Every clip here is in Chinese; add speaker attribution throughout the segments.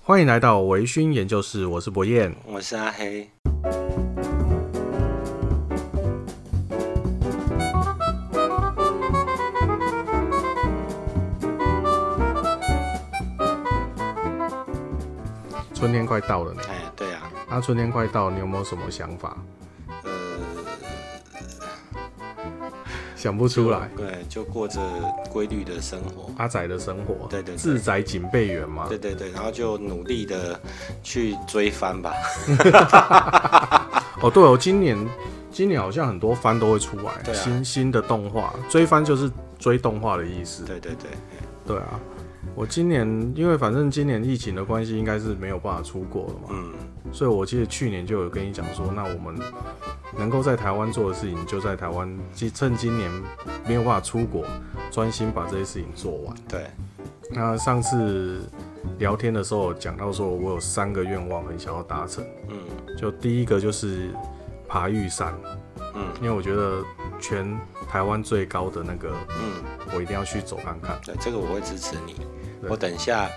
Speaker 1: 欢迎来到微醺研究室，我是博彦。
Speaker 2: 我是阿黑。
Speaker 1: 春天快到了呢，
Speaker 2: 哎，对啊，
Speaker 1: 那、春天快到，你有没有什么想法？
Speaker 2: 呃
Speaker 1: 想不出来。
Speaker 2: 对，就过着规律的生活。
Speaker 1: 阿宅的生活，
Speaker 2: 对对对
Speaker 1: 自宅警备员嘛，
Speaker 2: 对对对，然后就努力的去追番吧。
Speaker 1: 哦，对哦，今年今年好像很多番都会出来，
Speaker 2: 对啊
Speaker 1: 新新的动画，追番就是追动画的意思。
Speaker 2: 对对对，
Speaker 1: 对啊，我今年因为反正今年疫情的关系，应该是没有办法出国了嘛，
Speaker 2: 嗯，
Speaker 1: 所以我记得去年就有跟你讲说，那我们能够在台湾做的事情，就在台湾，即趁今年没有办法出国，专心把这些事情做完。
Speaker 2: 对，
Speaker 1: 那上次聊天的时候讲到说，我有三个愿望很想要达成，
Speaker 2: 嗯
Speaker 1: 就第一个就是爬玉山，
Speaker 2: 嗯
Speaker 1: 因为我觉得全台湾最高的那个，
Speaker 2: 嗯，
Speaker 1: 我一定要去走看看。
Speaker 2: 对，这个我会支持你。
Speaker 1: 对
Speaker 2: 我等一下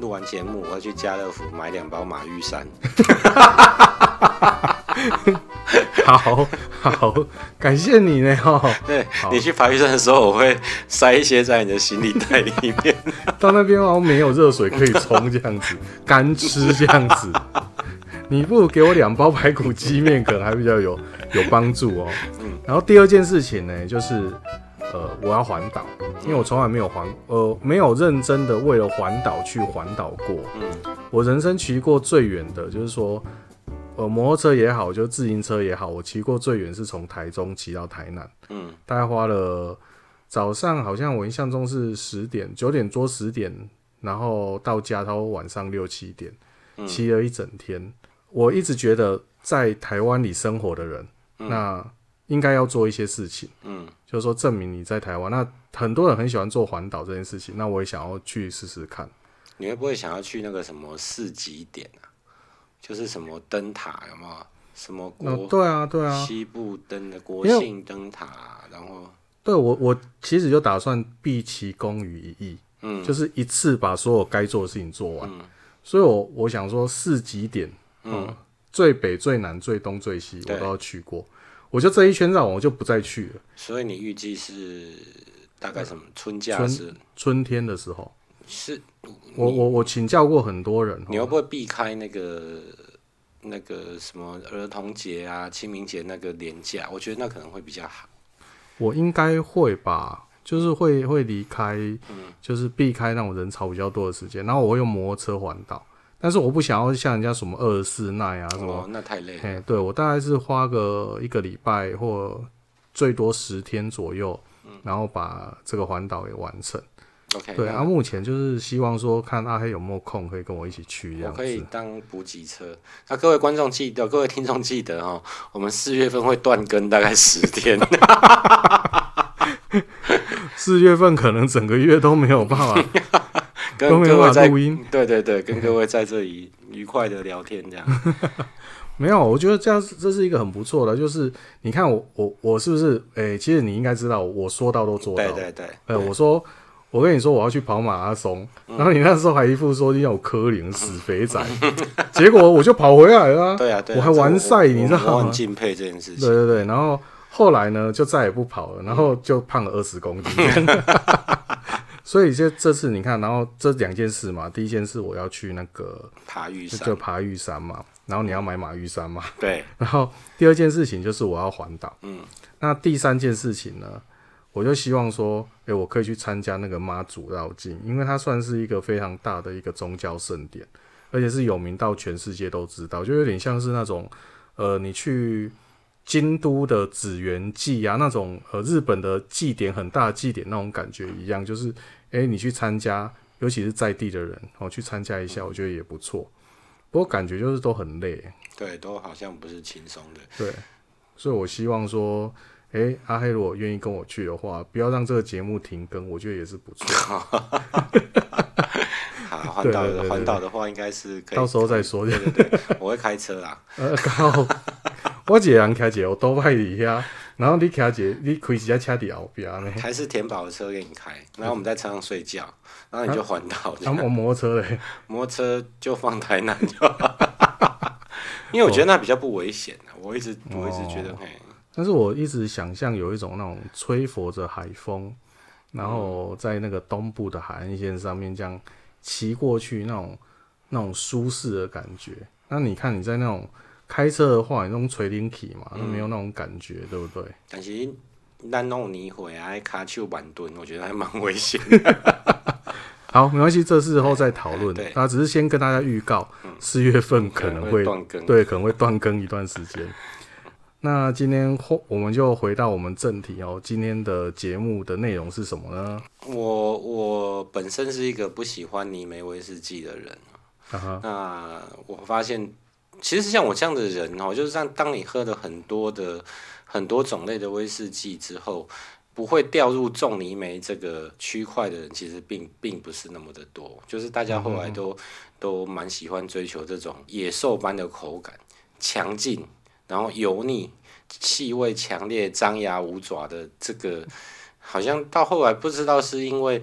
Speaker 2: 录完节目，我要去家乐福买两包马 玉山。
Speaker 1: 好好，感谢你呢哦。
Speaker 2: 对
Speaker 1: 好
Speaker 2: 你去爬玉山的时候，我会塞一些在你的行李袋里面。
Speaker 1: 到那边好像没有热水可以冲，这样子 干吃这样子。 你不如给我两包排骨鸡面，可能还比较有有帮助哦。
Speaker 2: 嗯
Speaker 1: 然后第二件事情呢，就是呃，我要环岛，
Speaker 2: 嗯
Speaker 1: 因为我从来没有环呃没有认真的为了环岛去环岛过。
Speaker 2: 嗯
Speaker 1: 我人生骑过最远的，就是说呃摩托车也好，就自行车也好，我骑过最远是从台中骑到台南。
Speaker 2: 嗯
Speaker 1: 大概花了早上好像我印象中是十点九点多十点，然后到家到晚上六七点，
Speaker 2: 嗯
Speaker 1: 骑了一整天。我一直觉得在台湾里生活的人，那应该要做一些事情，
Speaker 2: 嗯
Speaker 1: 就是说证明你在台湾。那很多人很喜欢做环岛这件事情，那我也想要去试试看。
Speaker 2: 你会不会想要去那个什么市集点啊？就是什么灯塔有没有？什么国、
Speaker 1: 哦，对啊，对啊，
Speaker 2: 西部灯的国
Speaker 1: 因为
Speaker 2: 庆灯塔，然后
Speaker 1: 对我我其实就打算毕其功于一役，
Speaker 2: 嗯
Speaker 1: 就是一次把所有该做的事情做完。
Speaker 2: 嗯
Speaker 1: 所以我我想说四极点，嗯，最北、最南、最东、最西，我
Speaker 2: 对
Speaker 1: 都要去过。我就这一圈绕完，我就不再去了。
Speaker 2: 所以你预计是大概什么春假
Speaker 1: 呃春
Speaker 2: 是
Speaker 1: 春天的时候，
Speaker 2: 是？
Speaker 1: 我我我请教过很多人，
Speaker 2: 你会不会避开那个那个什么儿童节啊、清明节那个年假？我觉得那可能会比较好。
Speaker 1: 我应该会吧，就是会会离开，
Speaker 2: 嗯
Speaker 1: 就是避开那种人潮比较多的时间，然后我会用摩托车环岛，但是我不想要像人家什么二十四耐啊什么
Speaker 2: 哦，那太累了。
Speaker 1: 嘿，对我大概是花个一个礼拜或最多十天左右，
Speaker 2: 嗯
Speaker 1: 然后把这个环岛给完成。
Speaker 2: OK，
Speaker 1: 对
Speaker 2: 那
Speaker 1: 啊，目前就是希望说看阿黑有没有空可以跟我一起去这
Speaker 2: 我
Speaker 1: 样
Speaker 2: 可以
Speaker 1: 子。
Speaker 2: 当补给车。那各位观众记得，各位听众记得哦，我们四月份会断更大概十 天，
Speaker 1: 四月份可能整个月都没有办法，
Speaker 2: 跟
Speaker 1: 都没有
Speaker 2: 各位
Speaker 1: 办法
Speaker 2: 在
Speaker 1: 录音。
Speaker 2: 对对对，跟各位在这里愉快的聊天这样。
Speaker 1: 没有，我觉得这样是这是一个很不错的，就是你看我我我是不是？诶、其实你应该知道， 我说到都做到。
Speaker 2: 对对对，
Speaker 1: 呃，
Speaker 2: 嗯
Speaker 1: 我说，我跟你说我要去跑马拉松，然后你那时候还一副说你有柯林死肥仔， 结果我就跑回来了啊、
Speaker 2: 对啊，对啊，
Speaker 1: 我还完
Speaker 2: 这个
Speaker 1: 赛，你知
Speaker 2: 我
Speaker 1: 道
Speaker 2: 我
Speaker 1: 吗
Speaker 2: 很？敬佩这件事
Speaker 1: 对
Speaker 2: 情。
Speaker 1: 对对，然后后来呢，就再也不跑了，然
Speaker 2: 嗯
Speaker 1: 后就胖了二十公斤。 所以这这次你看，然后这两件事嘛，第一件事我要去那个
Speaker 2: 爬玉
Speaker 1: 就
Speaker 2: 山，
Speaker 1: 就爬玉山嘛，然后你要买马玉山嘛，
Speaker 2: 对，
Speaker 1: 然后第二件事情就是我要环岛，
Speaker 2: 嗯
Speaker 1: 那第三件事情呢，我就希望说，诶、我可以去参加那个妈祖绕境，因为它算是一个非常大的一个宗教盛典，而且是有名到全世界都知道，就有点像是那种，呃，你去京都的紫园祭啊，那种呃日本的祭典很大的祭典那种感觉一样，就是诶、你去参加，尤其是在地的人，哦，去参加一下，我觉得也不错。不过感觉就是都很累，
Speaker 2: 对，都好像不是轻松的。
Speaker 1: 对，所以我希望说，诶，阿黑如果愿意跟我去的话，不要让这个节目停更，我觉得也是不错。
Speaker 2: 好，环岛
Speaker 1: 对对对对
Speaker 2: 环岛的话，应该是可以。
Speaker 1: 到时候再说。
Speaker 2: 对对对，我会开车啦。
Speaker 1: 呃，靠，我一个人开节，我都派你呀，然后你卡姐，你开始在车底后边呢，
Speaker 2: 还是田宝的车给你开，然后我们在车上睡觉，然后你就
Speaker 1: 啊
Speaker 2: 环岛这
Speaker 1: 他
Speaker 2: 样，
Speaker 1: 们摩托车嘞，
Speaker 2: 摩托车就放台南就好， 因为我觉得那比较不危险啊，我一直我一直觉
Speaker 1: 哦
Speaker 2: 得，嘿，
Speaker 1: 但是我一直想象有一种那种吹拂着海风，然后在那个东部的海岸线上面这样骑过去那种那种舒适的感觉。那你看你在那种开车的话，你那种垂铃体嘛，没有那种感觉，对不对？
Speaker 2: 但是咱弄泥回啊，卡丘板蹲，我觉得还蛮危险。
Speaker 1: 好，没关系，这事后再讨论
Speaker 2: 对。
Speaker 1: 那只是先跟大家预告，四月份可能会
Speaker 2: 断更。
Speaker 1: 对，可能会断更一段时间。那今天后我们就回到我们正题哦，今天的节目的内容是什么呢？
Speaker 2: 我我本身是一个不喜欢泥煤威士忌的人，
Speaker 1: 啊哈，
Speaker 2: 那我发现其实像我这样的人哦，就是像当你喝了很多的很多种类的威士忌之后。不会掉入重泥煤这个区块的人，其实并并不是那么的多，就是大家后来都、
Speaker 1: 嗯
Speaker 2: 都蛮喜欢追求这种野兽般的口感，强劲，然后油腻，气味强烈，张牙舞爪的这个，好像到后来不知道是因为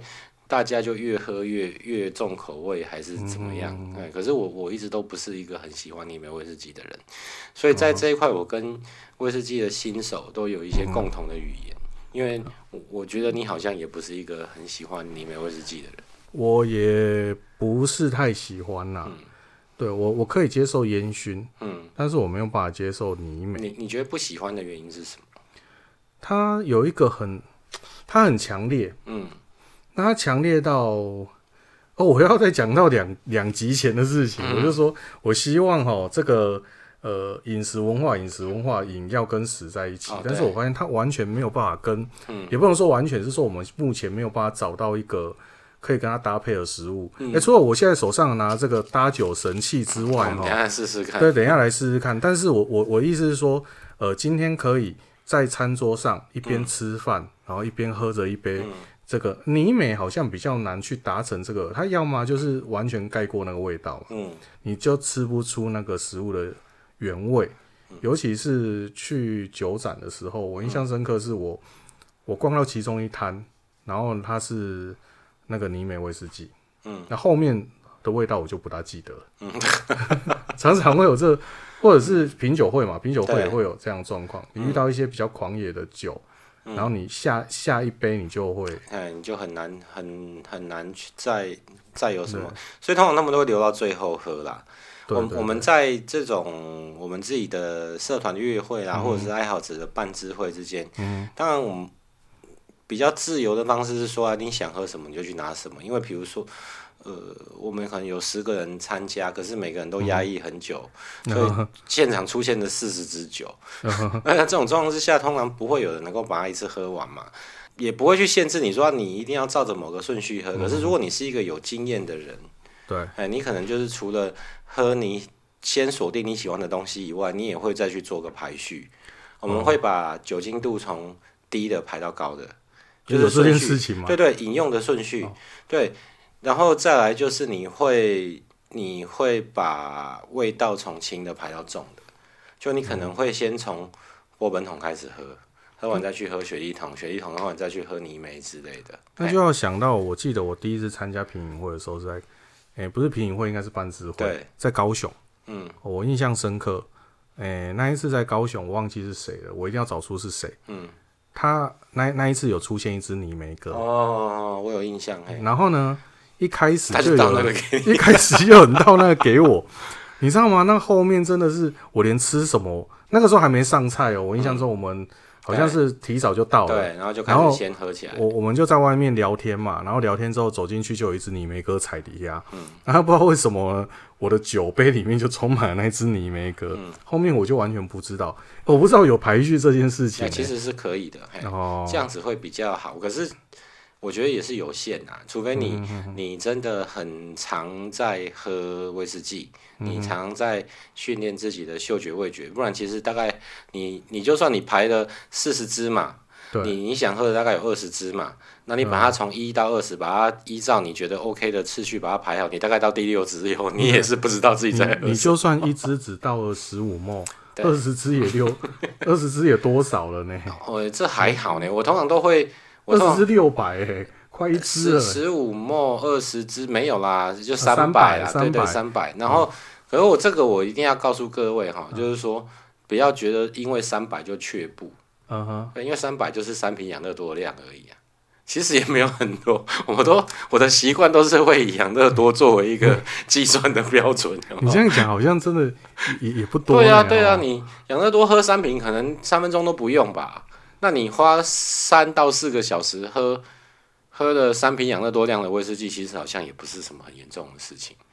Speaker 2: 大家就越喝越越重口味，还是怎么样？哎、可是我我一直都不是一个很喜欢里面威士忌的人，所以在这一块，我跟威士忌的新手都有一些共同的语言。因为我我觉得你好像也不是一个很喜欢里面威士忌的人，
Speaker 1: 我也不是太喜欢啦。对我，我可以接受烟熏，
Speaker 2: 嗯，
Speaker 1: 但是我没有办法接受泥煤。
Speaker 2: 你你觉得不喜欢的原因是什么？
Speaker 1: 它有一个很，它很强烈，
Speaker 2: 嗯，
Speaker 1: 那它强烈到，哦，我要再讲到两两集前的事
Speaker 2: 嗯
Speaker 1: 情，我就说我希望哈这个呃饮食文化、饮食文化、饮料跟食在一起，
Speaker 2: 哦
Speaker 1: 但是
Speaker 2: 对嗯
Speaker 1: 我发现它完全没有办法跟，也不能说完全是说我们目前没有办法找到一个。可以跟它搭配的食物，
Speaker 2: 嗯
Speaker 1: 哎、除了我现在手上拿这个搭酒神器之
Speaker 2: 我
Speaker 1: 外，哈
Speaker 2: 们等一，下试试看。
Speaker 1: 哦对，等一下来试试看。但是我我我意思是说，呃，今天可以在餐桌上一边吃饭，然后一边喝着一杯、这个泥美，好像比较难去达成这个。它要么就是完全盖过那个味道嘛，
Speaker 2: 嗯，
Speaker 1: 你就吃不出那个食物的原味。尤其是去酒展的时候，我印象深刻是我我逛到其中一摊，然后它是那个泥美威士忌，
Speaker 2: 嗯，
Speaker 1: 那后面的味道我就不大记得了， 常常会有这，或者是品酒会嘛，品酒会
Speaker 2: 对嗯
Speaker 1: 也会有这样的状况，你遇到一些比较狂野的酒，然后你下下一杯你就会
Speaker 2: 哎，你就很难很很难去再再有什么，所以通常他们都会留到最后喝啦。
Speaker 1: 对
Speaker 2: 我们
Speaker 1: 对
Speaker 2: 我们在这种我们自己的社团月
Speaker 1: 嗯
Speaker 2: 会啦，或者是爱好者的办智会之间，当然我们比较自由的方式是说啊，你想喝什么你就去拿什么，因为比如说。呃，我们可能有十个人参加，可是每个人都
Speaker 1: 嗯
Speaker 2: 压抑很 久，所以现场出现了四十支酒。
Speaker 1: 嗯
Speaker 2: 那这种状况之下，通常不会有人能够把它一次喝完嘛，也不会去限制你说啊你一定要照着某个顺序喝。可是如果你是一个有经验的人，
Speaker 1: 嗯对
Speaker 2: 哎，你可能就是除了喝你先锁定你喜欢的东西以外，你也会再去做个排序。
Speaker 1: 嗯
Speaker 2: 我们会把酒精度从低的排到高的，就
Speaker 1: 有
Speaker 2: 是
Speaker 1: 这
Speaker 2: 顺
Speaker 1: 件
Speaker 2: 序。
Speaker 1: 事情嘛，
Speaker 2: 对对，饮用的顺序，
Speaker 1: 哦
Speaker 2: 对，然后再来就是你会你会把味道从轻的排到重的，就你可
Speaker 1: 嗯
Speaker 2: 能会先从波本桶开始喝，喝完再去喝雪莉桶，雪莉桶的话你再去喝泥煤之类的。
Speaker 1: 那就要想到，我记得我第一次参加品饮会的时候是在，诶、不是品饮会，应该是班智会
Speaker 2: 对，
Speaker 1: 在高雄。哦
Speaker 2: 嗯，
Speaker 1: 我印象深刻。诶、那一次在高雄，我忘记是谁了，我一定要找出是谁。
Speaker 2: 嗯，
Speaker 1: 他那那一次有出现一只泥煤哥，
Speaker 2: 哦，我有印象，嘿，
Speaker 1: 然后呢，一开始
Speaker 2: 他
Speaker 1: 就
Speaker 2: 就
Speaker 1: 有
Speaker 2: 倒那
Speaker 1: 人
Speaker 2: 个给你，
Speaker 1: 一开始就有人到那个给我，你知道吗？那后面真的是我连吃什么，那个时候还没上菜哦、我印象中我们好像是提早就到了，
Speaker 2: 嗯对，然后就开
Speaker 1: 然
Speaker 2: 始
Speaker 1: 后
Speaker 2: 先喝起来。
Speaker 1: 我我们就在外面聊天嘛，然后聊天之后走进去就有一只泥梅哥踩底下，
Speaker 2: 嗯
Speaker 1: 然后不知道为什么呢我的酒杯里面就充满了那只泥梅哥，
Speaker 2: 嗯
Speaker 1: 后面我就完全不知道，我不知道有排序这件事情、
Speaker 2: 那哎其实是可以的，嘿，
Speaker 1: 哦，
Speaker 2: 这样子会比较好。可是我觉得也是有限啊，除非你、你真的很常在喝威士忌，你常在训练自己的嗅觉味觉，不然其实大概你你就算你排了四十支嘛。
Speaker 1: 对
Speaker 2: 你你想喝的大概有二十支嘛，那你把它从一到二十，把它依照你觉得 OK 的次序把它
Speaker 1: 欸
Speaker 2: 嗯排好，你大概到第六支以后，你也是不知道自己在喝
Speaker 1: 你你就算一只只到了十五沫，
Speaker 2: 对
Speaker 1: 二十支也 六，二十支也多少了呢？
Speaker 2: 哦，这还好呢，我通常都会， 我
Speaker 1: 二
Speaker 2: 通
Speaker 1: 十
Speaker 2: 常
Speaker 1: 支六百哎，快一支
Speaker 2: 十
Speaker 1: 了。
Speaker 2: 十五末二十支没有啦，就
Speaker 1: 啊
Speaker 2: 三百嗯啦，
Speaker 1: 300
Speaker 2: 对对，
Speaker 1: 300
Speaker 2: 三百。然后，可是我这个我一定要告诉各位哈，就是说不要觉得因为三百就却步，
Speaker 1: 嗯哼，
Speaker 2: 因为三百就是三瓶养乐多的量而已啊，其实也没有很多。我都我的习惯都是会以养乐多作为一个 计算的标准。啊有没
Speaker 1: 你
Speaker 2: 有
Speaker 1: 这样讲好像真的也也也不多呢。
Speaker 2: 对啊，对啊，
Speaker 1: 哦
Speaker 2: 你养乐多喝三瓶，可能三分钟都不用吧？那你花三到四个小时喝喝了三瓶养乐多量的威士忌，其实好像也不是什么很严重的事情。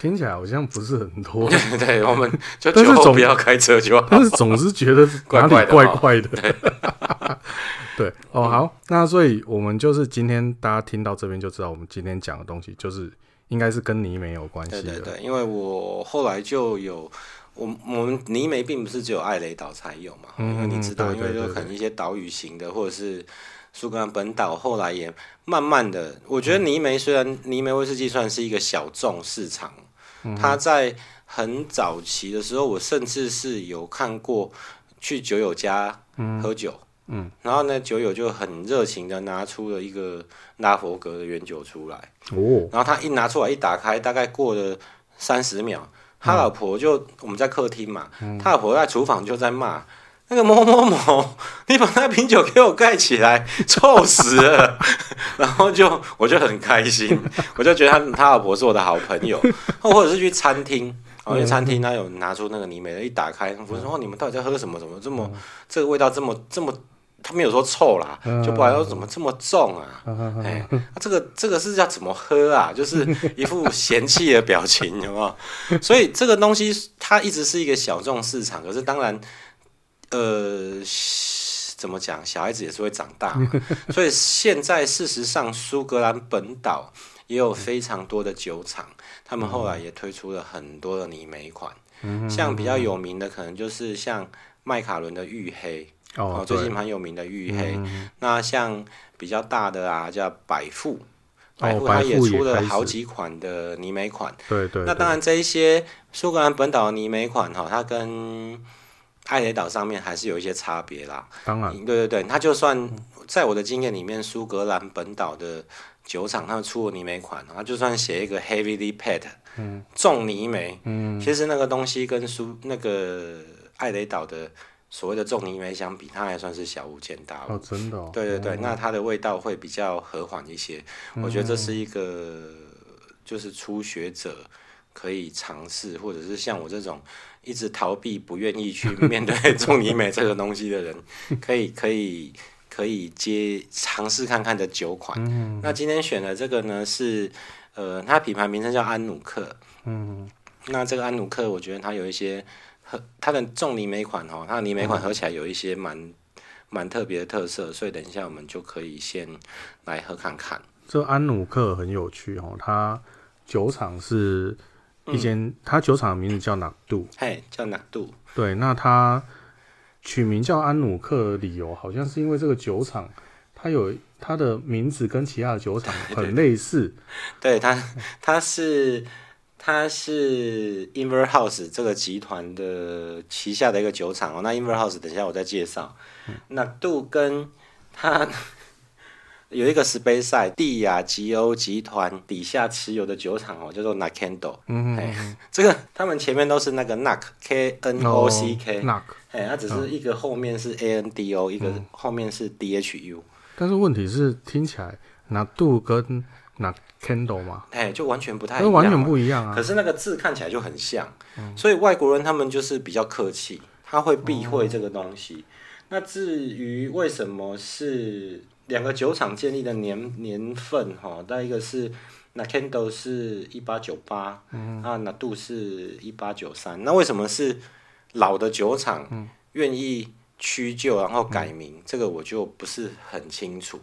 Speaker 1: 听起来好像不是很多，
Speaker 2: 对，我们就
Speaker 1: 但是
Speaker 2: 酒后
Speaker 1: 总
Speaker 2: 不要开车就好。
Speaker 1: 但是总是觉得
Speaker 2: 怪
Speaker 1: 哪里
Speaker 2: 怪的
Speaker 1: 怪
Speaker 2: 哦
Speaker 1: 怪的。 对，哦，好，那所以我们就是今天大家听到这边就知道，我们今天讲的东西就是应该是跟泥煤有关系
Speaker 2: 对对
Speaker 1: 的。
Speaker 2: 对，因为我后来就有，我我们尼美并不是只有艾雷岛才有嘛，
Speaker 1: 嗯
Speaker 2: 因为你知道，
Speaker 1: 对对
Speaker 2: 因为
Speaker 1: 对
Speaker 2: 就可能一些岛屿型的或者是苏格兰本岛，后来也慢慢的，我觉得尼梅虽然尼梅威士忌算是一个小众市场，
Speaker 1: 嗯
Speaker 2: 它在很早期的时候，我甚至是有看过去酒友家喝酒。嗯，然后呢，酒友就很热情的拿出了一个拉佛格的原酒出来，
Speaker 1: 哦，
Speaker 2: 然后他一拿出来一打开，大概过了三十秒，他老婆就、我们在客厅嘛，他老婆在厨房就在骂。那个某某某，你把那瓶酒给我盖起来，臭死了！ 然后就我就很开心，我就觉得他他老婆是我的好朋友，或者是去餐厅，哦，因为餐厅他有拿出那个泥煤的，一打开，我说哦，你们到底在喝什么？怎么这么这个味道这么这么？他没有说臭啦，就不然说怎么这么重啊？哎、啊这个这个是要怎么喝啊？ 就是一副嫌弃的表情，有没有？所以这个东西它一直是一个小众市场，可是当然，呃，怎么讲？小孩子也是会长大嘛，所以现在事实上，苏格兰本岛也有非常多的酒厂，他们后来也推出了很多的泥煤款，像比较有名的可能就是像麦卡伦的玉黑。
Speaker 1: 哦，
Speaker 2: 最
Speaker 1: 对，嗯
Speaker 2: 近蛮有名的玉黑，那像比较大的啊，叫百富，百富它
Speaker 1: 哦百
Speaker 2: 也
Speaker 1: 富
Speaker 2: 出
Speaker 1: 也
Speaker 2: 了
Speaker 1: 开
Speaker 2: 好
Speaker 1: 始
Speaker 2: 几款的泥煤款。
Speaker 1: 对对，
Speaker 2: 那当然，这一些苏格兰本岛的泥煤款哈，它跟艾雷岛上面还是有一些差别啦。
Speaker 1: 对当然，
Speaker 2: 嗯对对对，它就算在我的经验里面，苏格兰本岛的酒厂他们出了泥煤款，它就算写一个 heavily pet，嗯，重泥煤，嗯，其实那个东西跟苏那个艾雷岛的所谓的重泥煤相比，它还算是小巫见大巫。
Speaker 1: 哦，真的哦，
Speaker 2: 对对对，那它的味道会比较和缓一些，我觉得这是一个就是初学者可以尝试，或者是像我这种一直逃避、不愿意去面对重泥美这个东西的人，可以可以可以接尝试看看的酒款。那今天选的这个呢是呃，它品牌名称叫安努克，那这个安努克，我觉得它有一些和它的重泥煤款哦，它的泥煤款合起来有一些蛮蛮特别的特色，所以等一下我们就可以先来喝看看。
Speaker 1: 这安努克很有趣哦，它酒厂是一间，
Speaker 2: 嗯
Speaker 1: 它酒厂的名字叫纳杜，
Speaker 2: 嘿，叫哪度？
Speaker 1: 对，那它取名叫安努克的理由，好像是因为这个酒厂它有它的名字跟其他的酒厂很类似，
Speaker 2: 对，它 它是它是 Inver House 这个集团的旗下的一个酒厂哦。那 Inver House 等一下我再介绍。那度跟它 有一个 Space Side 蒂亚吉欧集团底下持有的酒厂哦，叫做 Nakendo。
Speaker 1: 嗯
Speaker 2: 哎，这个他们前面都是那个 NOC K N O C K，
Speaker 1: 那个
Speaker 2: 哎，它只
Speaker 1: 嗯
Speaker 2: 是一个后面是 A N D O，一个后面是 D H U，
Speaker 1: 但是问题是听起来纳杜跟纳 Candle 嘛，
Speaker 2: 哎，就完全不太一
Speaker 1: 那
Speaker 2: 样，
Speaker 1: 完全不一样啊
Speaker 2: 可，是那个字看起来就很像，所以外国人他们就是比较客气，他会避讳这个东西。那至于为什么是两个酒厂建立的年年份哈，那一个是 Nakendo 是一八九八，
Speaker 1: 嗯
Speaker 2: 那那度是一八九三，那为什么是老的酒
Speaker 1: 嗯
Speaker 2: 厂愿意屈就然后改名？这个我就不是很清楚。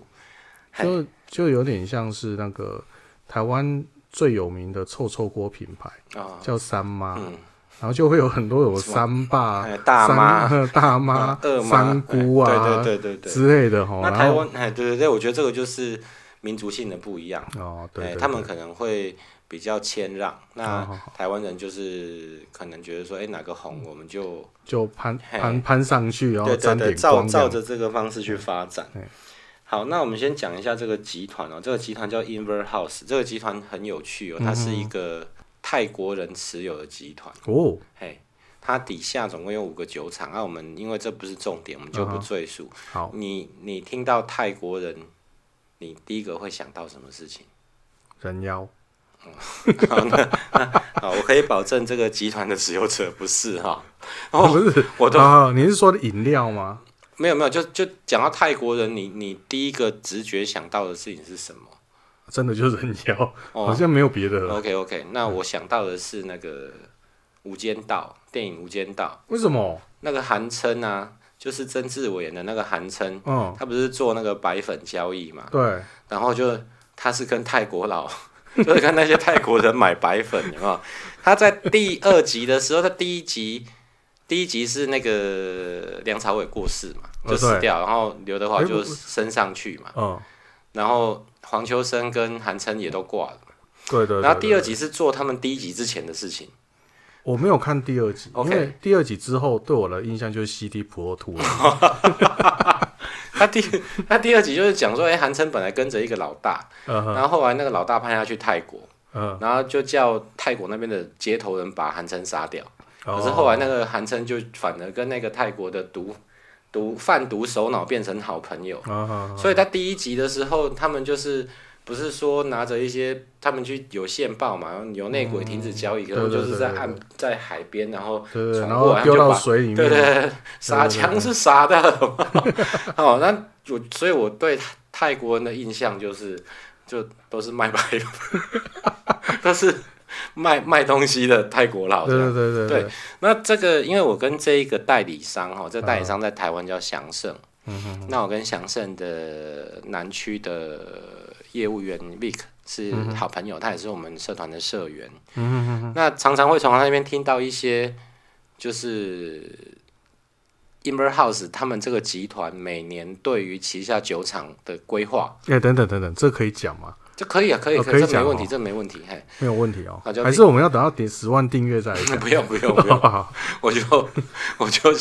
Speaker 2: 嘿
Speaker 1: 就就有点像是那个台湾最有名的臭臭锅品牌
Speaker 2: 啊
Speaker 1: 叫三妈。
Speaker 2: 嗯
Speaker 1: 然后就会有很多有三爸
Speaker 2: 还、有大妈呃
Speaker 1: 三、呃大 妈、
Speaker 2: 二妈
Speaker 1: 三姑啊，
Speaker 2: 哎对对对对对
Speaker 1: 之类的哈。哦
Speaker 2: 那
Speaker 1: 然
Speaker 2: 台
Speaker 1: 后
Speaker 2: 湾，哎，对对对，我觉得这个就是民族性的不一样。
Speaker 1: 哦，对
Speaker 2: 哎，
Speaker 1: 对，
Speaker 2: 他们可能会比较谦让。那
Speaker 1: 好好
Speaker 2: 台湾人就是可能觉得说，哎、哪个红我们就
Speaker 1: 就攀
Speaker 2: 嘿
Speaker 1: 攀攀上去，然后
Speaker 2: 对对
Speaker 1: 沾
Speaker 2: 对，
Speaker 1: 点
Speaker 2: 照
Speaker 1: 光这
Speaker 2: 照
Speaker 1: 样。
Speaker 2: 着这个方式去发展
Speaker 1: 对。
Speaker 2: 好，那我们先讲一下这个集团哦，这个集团叫 Inver House，这个集团很有趣哦，它
Speaker 1: 嗯
Speaker 2: 是一个泰国人持有的集团，
Speaker 1: 哦，
Speaker 2: 嘿，它底下总共有五个酒厂，啊，我们因为这不是重点，我们就
Speaker 1: 嗯
Speaker 2: 不赘述。
Speaker 1: 好，
Speaker 2: 你你听到泰国人，你第一个会想到什么事情？
Speaker 1: 人妖
Speaker 2: 啊，我可以保证这个集团的持有者不是哈、
Speaker 1: 不是
Speaker 2: 哦我都
Speaker 1: 啊？你是说的饮料吗？
Speaker 2: 没有没有，就就讲到泰国人，你你第一个直觉想到的事情是什么？
Speaker 1: 真的就是人妖，
Speaker 2: 哦
Speaker 1: 好像没有别的了。
Speaker 2: OK OK，那我想到的是那个《无间道》电影《无间道》，
Speaker 1: 为什么？
Speaker 2: 那个韩琛啊，就是曾志伟演的那个韩琛，
Speaker 1: 嗯，
Speaker 2: 他不是做那个白粉交易嘛，
Speaker 1: 对，
Speaker 2: 然后就他是跟泰国佬， 就是跟那些泰国人买白粉，有没有？他在第二集的时候，他第一集。第一集是那个梁朝伟过世嘛，
Speaker 1: 哦
Speaker 2: 就死
Speaker 1: 对
Speaker 2: 掉，然后刘德华
Speaker 1: 哎
Speaker 2: 就
Speaker 1: 我
Speaker 2: 升上去嘛，
Speaker 1: 嗯，
Speaker 2: 然后黄秋生跟韩琛也都挂了，
Speaker 1: 对对。
Speaker 2: 然后
Speaker 1: 对
Speaker 2: 第二
Speaker 1: 对
Speaker 2: 集是做他们第一集之前的事情。
Speaker 1: 我没有看第二集，因
Speaker 2: OK
Speaker 1: 为第二集之后对我的印象就是 CD Pro Two 了。
Speaker 2: 他第他第二集就是讲说，哎、韩琛本来跟着一个老大，
Speaker 1: 嗯哼
Speaker 2: 然后后来那个老大派他去泰国，
Speaker 1: 嗯，
Speaker 2: 然后就叫泰国那边的街头人把韩琛杀掉。可是
Speaker 1: 哦
Speaker 2: 后来那个韩琛就反而跟那个泰国的毒毒贩毒首脑变成好朋友，
Speaker 1: 嗯哼
Speaker 2: 所以他第一集的时候，他们就是。不是说拿着一些他们去有线报嘛，有内鬼停止交易，可
Speaker 1: 嗯对
Speaker 2: 能
Speaker 1: 对
Speaker 2: 就是
Speaker 1: 对
Speaker 2: 在
Speaker 1: 对
Speaker 2: 岸在海边，然后
Speaker 1: 对对对，
Speaker 2: 闯
Speaker 1: 然
Speaker 2: 过
Speaker 1: 后
Speaker 2: 来
Speaker 1: 丢
Speaker 2: 就
Speaker 1: 到
Speaker 2: 把
Speaker 1: 水里
Speaker 2: 对
Speaker 1: 面，
Speaker 2: 对，对，傻枪是傻的。 哦，那我所以我对泰国人的印象就是，就都是卖白 粉，都是卖卖东西的泰国佬这
Speaker 1: 对
Speaker 2: 样。
Speaker 1: 对对对对，
Speaker 2: 那这个，因为我跟这一个代理商哈，这代
Speaker 1: 嗯
Speaker 2: 理商在台湾叫祥盛，那我跟祥盛的南区的业务员 Vic 是
Speaker 1: 嗯
Speaker 2: 好朋友，他也是我们社团的社员。那常常会从他那边听到一些，就是 Inver House 他们这个集团每年对于旗下酒厂的规划，
Speaker 1: 哎，等等等等，这可以讲吗？
Speaker 2: 这可以啊，可以，
Speaker 1: 哦
Speaker 2: 可
Speaker 1: 可以
Speaker 2: 这没
Speaker 1: 讲
Speaker 2: 问题，
Speaker 1: 哦
Speaker 2: 这没问题，嘿，
Speaker 1: 没有问题哦
Speaker 2: 好就，
Speaker 1: 还是我们要等到点十万订阅再来讲。
Speaker 2: 不用不 用不用。
Speaker 1: 好
Speaker 2: 我就我就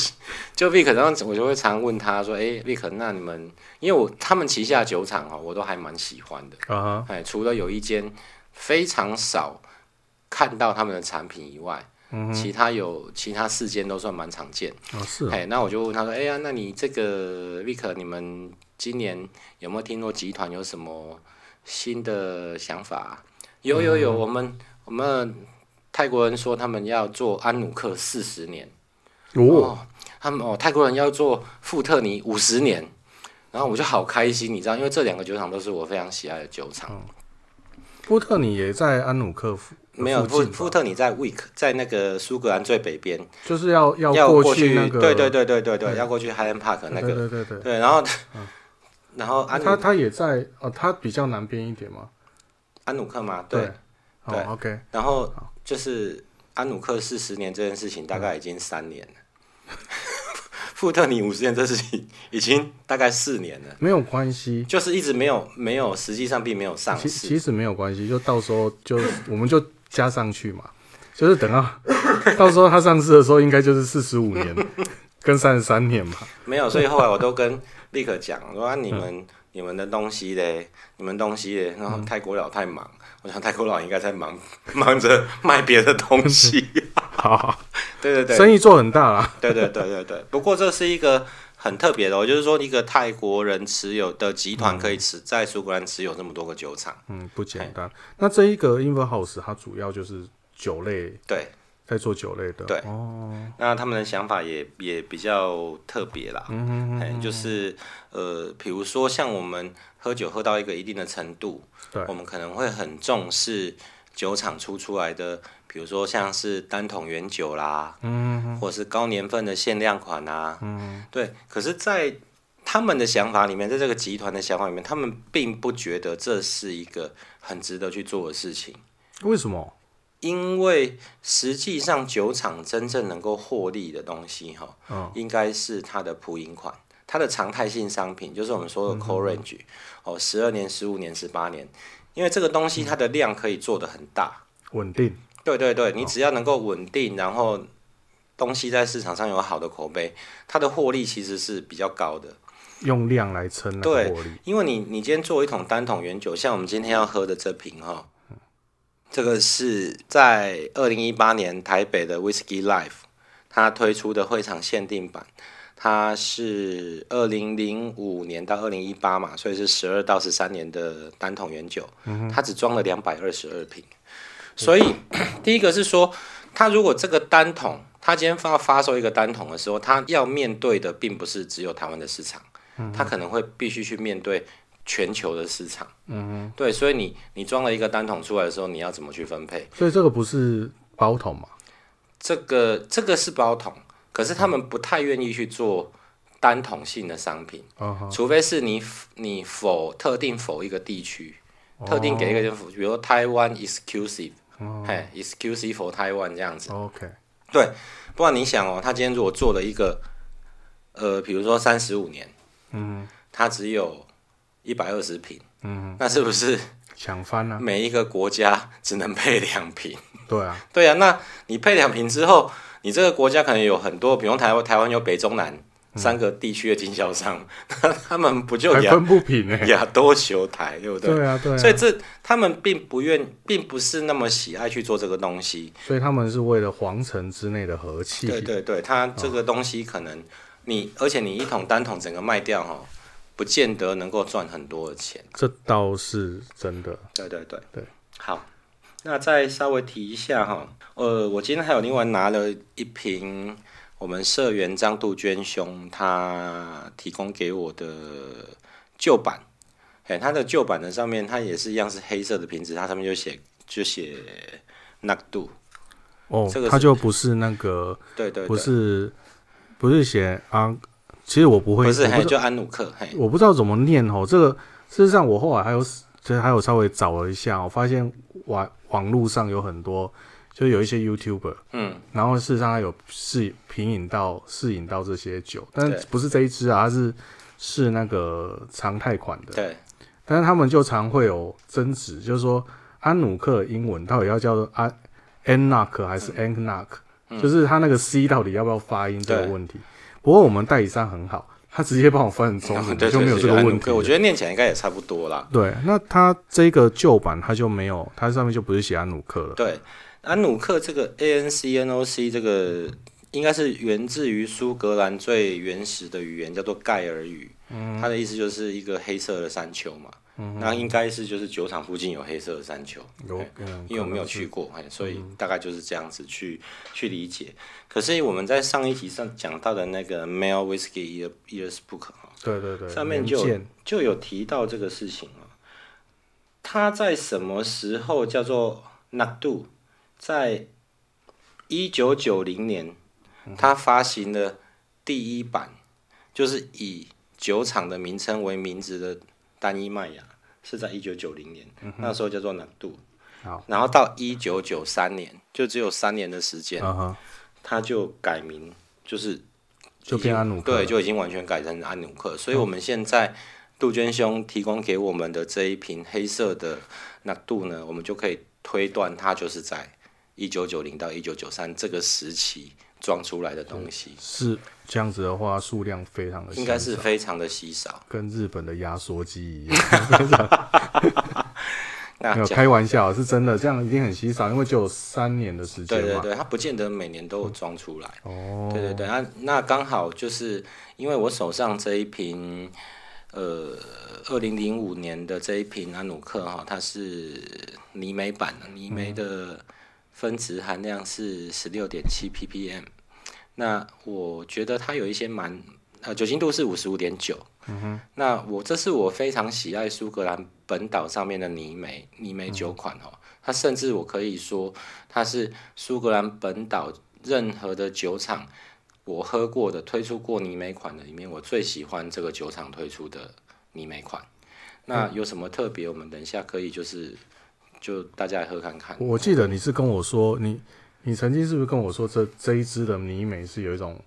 Speaker 2: 就 Vic，然后我就会常问他说：“哎、v i c 那你们因为我他们旗下酒厂哦，我都还蛮喜欢的。
Speaker 1: 啊
Speaker 2: 哎，除了有一间非常少看到他们的产品以外，其他有其他四间都算蛮常见。
Speaker 1: 哈，哦是哦，
Speaker 2: 哎，那我就问他说：“哎、呀，那你这个 Vic，你们今年有没有听说集团有什么新的想法啊、有有有，我们我们泰国人说他们要做安努克四十年。”
Speaker 1: 哦，
Speaker 2: 他们哦，泰国人要做富特尼五十年，然后我就好开心，你知道，因为这两个酒厂都是我非常喜爱的酒厂。
Speaker 1: 嗯波特你也在安努克附
Speaker 2: 没有富
Speaker 1: 附近吧
Speaker 2: 富特尼在 Wick，在那个苏格兰最北边，
Speaker 1: 就是要要
Speaker 2: 要
Speaker 1: 过
Speaker 2: 去
Speaker 1: 那个，嗯
Speaker 2: 对对对对对对，要过去 Highland Park 那
Speaker 1: 对对
Speaker 2: 个，
Speaker 1: 对对，嗯
Speaker 2: 对，然后 然后安
Speaker 1: 他
Speaker 2: 努
Speaker 1: 他也在哦，他比较南边一点嘛，
Speaker 2: 安努克嘛，对，，
Speaker 1: 好
Speaker 2: 对
Speaker 1: OK，
Speaker 2: 然后就是安努克四十年这件事情大概已经三年了， 富特尼五十年这事情已经大概四年了，
Speaker 1: 没有关系，
Speaker 2: 就是一直没有没有，实际上并没有上
Speaker 1: 其
Speaker 2: 市。
Speaker 1: 其实没有关系，就到时候就 我们就加上去嘛，就是等到到时候它上市的时候，应该就是四十五年跟三十三年嘛。
Speaker 2: 没有，所以后来我都跟立可讲，我说、啊、你们、你们的东西嘞，你们东西嘞，然后泰国佬太忙，我想泰国佬应该在忙 忙着卖别的东西。
Speaker 1: 好，
Speaker 2: 对 对对，
Speaker 1: 生意做很大啦。
Speaker 2: 对对对对对。不过这是一个很特别的、哦，就是说一个泰国人持有的集团可以持在苏格兰持有这么多个酒厂。
Speaker 1: 嗯，不
Speaker 2: 哎
Speaker 1: 简单。那这一个 Inver House 它主要就是酒类，
Speaker 2: 对，
Speaker 1: 在做酒类的。
Speaker 2: 对
Speaker 1: 哦，
Speaker 2: 那他们的想法也也比较特别啦，嗯就是呃，比如说像我们喝酒喝到一个一定的程度，
Speaker 1: 对
Speaker 2: 我们可能会很重视酒厂出出来的，比如说像是单桶原酒啦，嗯，或者是高年份的限量款啊，嗯，对。可是，在他们的想法里面，在这个集团的想法里面，他们并不觉得这是一个很值得去做的事情。
Speaker 1: 为什么？
Speaker 2: 因为实际上酒厂真正能够获利的东西，哈、应该是它的普饮款，它的常态性商品，就是我们说的 core range，、哦，十二年、十五年、十八年，因为这个东西它的量可以做得很大。
Speaker 1: 稳定。
Speaker 2: 对对对，你只要能够稳定，然后东西在市场上有好的口碑，它的获利其实是比较高的。
Speaker 1: 用量来撑那个
Speaker 2: 对
Speaker 1: 获利，
Speaker 2: 因为你你今天做一桶单桶原酒，像我们今天要喝的这瓶哈、这个是在二零一八年台北的 Whisky Life 它推出的会场限定版，它是二零零五年到二零一八嘛，所以是十二到十三年的单桶原酒，它只装了两百二十二瓶，所以 第一个是说，它如果这个单桶，它今天发发售一个单桶的时候，它要面对的并不是只有台湾的市场。他可能会必须去面对全球的市场。嗯对，所以你你装了一个单桶出来的时候，你要怎么去分配？
Speaker 1: 所以这个不是包桶嘛？
Speaker 2: 这个这个是包桶，可是他们不太愿意去做单桶性的商品，
Speaker 1: 啊哈，
Speaker 2: 除非是你你否特定否一个地区，特定给一个人，比如说台湾 exclusive，嘿，exclusive for 台湾这样子。
Speaker 1: OK，
Speaker 2: 对，不然你想哦，他今天如果做了一个，呃，比如说三十五年，嗯，他只有一百二十瓶，嗯，那是不是
Speaker 1: 抢翻了、
Speaker 2: 每一个国家只能配两瓶？
Speaker 1: 对啊，
Speaker 2: 对啊，那你配两瓶之后，你这个国家可能有很多，比如台湾，台湾有北中南三个地区的经销商， 那他们嗯不就
Speaker 1: 还
Speaker 2: 亚
Speaker 1: 分不平哎、
Speaker 2: 亚多求台，对不 对？
Speaker 1: 对啊，对啊，
Speaker 2: 所
Speaker 1: 所
Speaker 2: 以
Speaker 1: 以
Speaker 2: 这他们并不愿，并不是那么喜爱去做这个东西，
Speaker 1: 他们是为了皇城之内的和气。
Speaker 2: 对对对，它这个东西可能你，而且你一桶单桶整个卖掉哈，不见得能够赚很多的钱。
Speaker 1: 这倒是真的。
Speaker 2: 对对对
Speaker 1: 对，
Speaker 2: 好，那再稍微提一下哈，呃，我今天还有另外拿了一瓶我们社员张杜鹃兄他提供给我的旧版，哎，它的旧版的上面它也是一样是黑色的瓶子，它上面就写就写 n a k d
Speaker 1: 哦
Speaker 2: 这个，是
Speaker 1: 他就不是那个，
Speaker 2: 对对
Speaker 1: 不
Speaker 2: 对，
Speaker 1: 是，不是写啊。其实我不会，
Speaker 2: 不是，
Speaker 1: 我
Speaker 2: 嘿，
Speaker 1: 不知
Speaker 2: 就安努克，嘿，
Speaker 1: 我不知道怎么念哦。这个事实上，我后来还有，其实还有稍微找了一下，我发现网网络上有很多，就有一些 YouTuber，
Speaker 2: 嗯，
Speaker 1: 然后事实上它有试品饮到试饮到这些酒，但
Speaker 2: 对
Speaker 1: 不是这一支啊，它是是那个常态款的。
Speaker 2: 对。
Speaker 1: 但是他们就常会有争执，就是说安努克英文到底要叫做安 Annak 还是 Annak，、就是他那个 C 到底要不要发音这个
Speaker 2: 对
Speaker 1: 问题。不过我们代理商很好，他直接帮我翻成中文，
Speaker 2: 对
Speaker 1: 就没有这个问题
Speaker 2: 对，我
Speaker 1: 了。
Speaker 2: 觉得念起来应该也差不多啦。
Speaker 1: 对，那他这个旧版他就没有，他上面就不是写安努克了。
Speaker 2: 对，安努克这个 A N C E N O C 这个应该是源自于苏格兰最原始的语言，叫做盖尔语。
Speaker 1: 嗯
Speaker 2: 它的意思就是一个黑色的山丘嘛。那应该是就是酒厂附近有黑色的山丘。
Speaker 1: 有，嗯
Speaker 2: 因为我没有去过，哎，所以大概就是这样子去、去理解。可是我们在上一集上讲到的那个 Male Whiskey Year Years Book 哈，
Speaker 1: 对对对，
Speaker 2: 上面
Speaker 1: 原
Speaker 2: 就有
Speaker 1: 件
Speaker 2: 就有提到这个事情啊。它在什么时候叫做 n a d u 在一九九零
Speaker 1: 嗯
Speaker 2: 年，它发行了第一版，就是以酒厂的名称为名字的单一麦芽，是在一九九零年，那时候叫做 n a d u
Speaker 1: 嗯好，
Speaker 2: 然后到一九九三年，就只有三年的时间，
Speaker 1: 嗯哼，
Speaker 2: 它就改名，就是
Speaker 1: 就变安努克了嗯
Speaker 2: 对，就已经完全改成安努克。所以我们现在杜鹃兄提供给我们的这一瓶黑色的那度呢，我们就可以推断它就是在一九九零到一九九三这个时期装出来的东西，
Speaker 1: 是这样子的话，数量非常的
Speaker 2: 应该是非常的稀少。
Speaker 1: 跟日本的压缩机一 样，非常
Speaker 2: 那
Speaker 1: 没有
Speaker 2: 讲
Speaker 1: 开玩笑，是真的，这样一定很稀少，因为只有三年的时
Speaker 2: 对
Speaker 1: 间
Speaker 2: 对
Speaker 1: 嘛。
Speaker 2: 对，它不见得每年都有装出来。
Speaker 1: 哦，
Speaker 2: 对对对，那那刚好就是因为我手上这一瓶，呃，二零零五年的这一瓶安努克哈、它是泥煤版的，泥
Speaker 1: 嗯
Speaker 2: 煤的分子含量是十六点七 ppm。那我觉得它有一些蛮呃酒精度是五十五点九，嗯哼，那我这是我非常喜爱苏格兰本岛上面的泥煤泥煤酒款哦，它甚至我可以说它是苏格兰本岛任何的酒厂我喝过的推出过泥煤款的里面，我最喜欢这个酒厂推出的泥煤款。那有什么特别？我们等一下可以就是就大家来喝看看。
Speaker 1: 我记得你是跟我说，你你曾经是不是跟我说这这一支的泥煤是有一种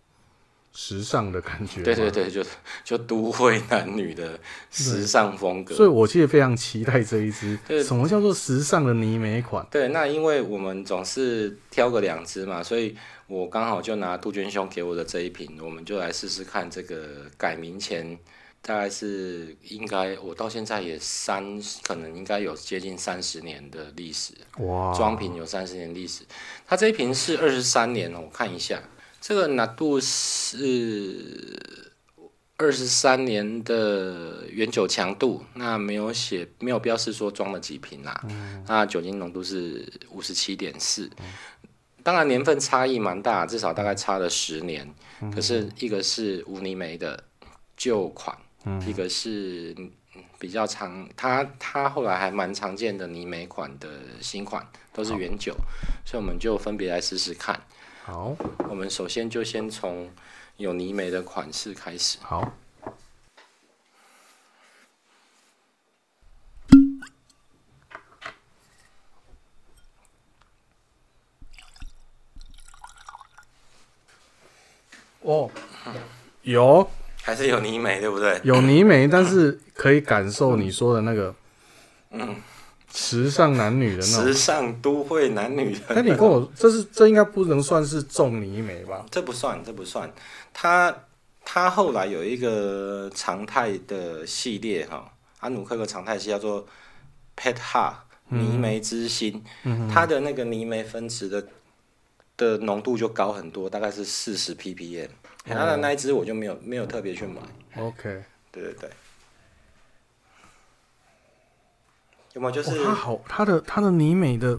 Speaker 1: 时尚的感觉。
Speaker 2: 对对，对，就就都会男女的时尚风格。
Speaker 1: 所以我其实非常期待这一支
Speaker 2: 对。
Speaker 1: 什么叫做时尚的泥煤款？
Speaker 2: 对，那因为我们总是挑个两只嘛，所以我刚好就拿杜鹃兄给我的这一瓶，我们就来试试看这个改名前。大概是应该，我到现在也三，可能应该有接近三十年的历史，
Speaker 1: 哇，
Speaker 2: 装瓶有三十年历史。它这一瓶是二十三年哦，我看一下，这个难度是二十三年的原酒强度，那没有写，没有标示说装了几瓶啦、那酒精浓度是五十七点四。当然年份差异蛮大，至少大概差了十年。可是一个是无泥煤的旧款，一个是比较常，它它后来还蛮常见的泥煤款的新款，都是原酒，所以我们就分别来试试看。
Speaker 1: 好
Speaker 2: 我们首先就先从有泥煤的款式开始。
Speaker 1: 好，哦，有
Speaker 2: 还是有泥煤，对不对？
Speaker 1: 有泥煤，但是可以感受你说的那个，时尚男女的那种
Speaker 2: 时。尚都会男女的，
Speaker 1: 那哦哎你跟我，这是这应该不能算是重泥煤吧？
Speaker 2: 这不算，这不算。他他后来有一个常态的系列哈，安努克的常态系叫做 Pet Ha 泥煤之心，它的那个泥煤分子的的浓度就高很多，大概是四十 ppm。它的那一只我就没有没有特别去买，
Speaker 1: OK，
Speaker 2: 对对对。有没有就是、？
Speaker 1: 哦、它好，它的它的泥美的，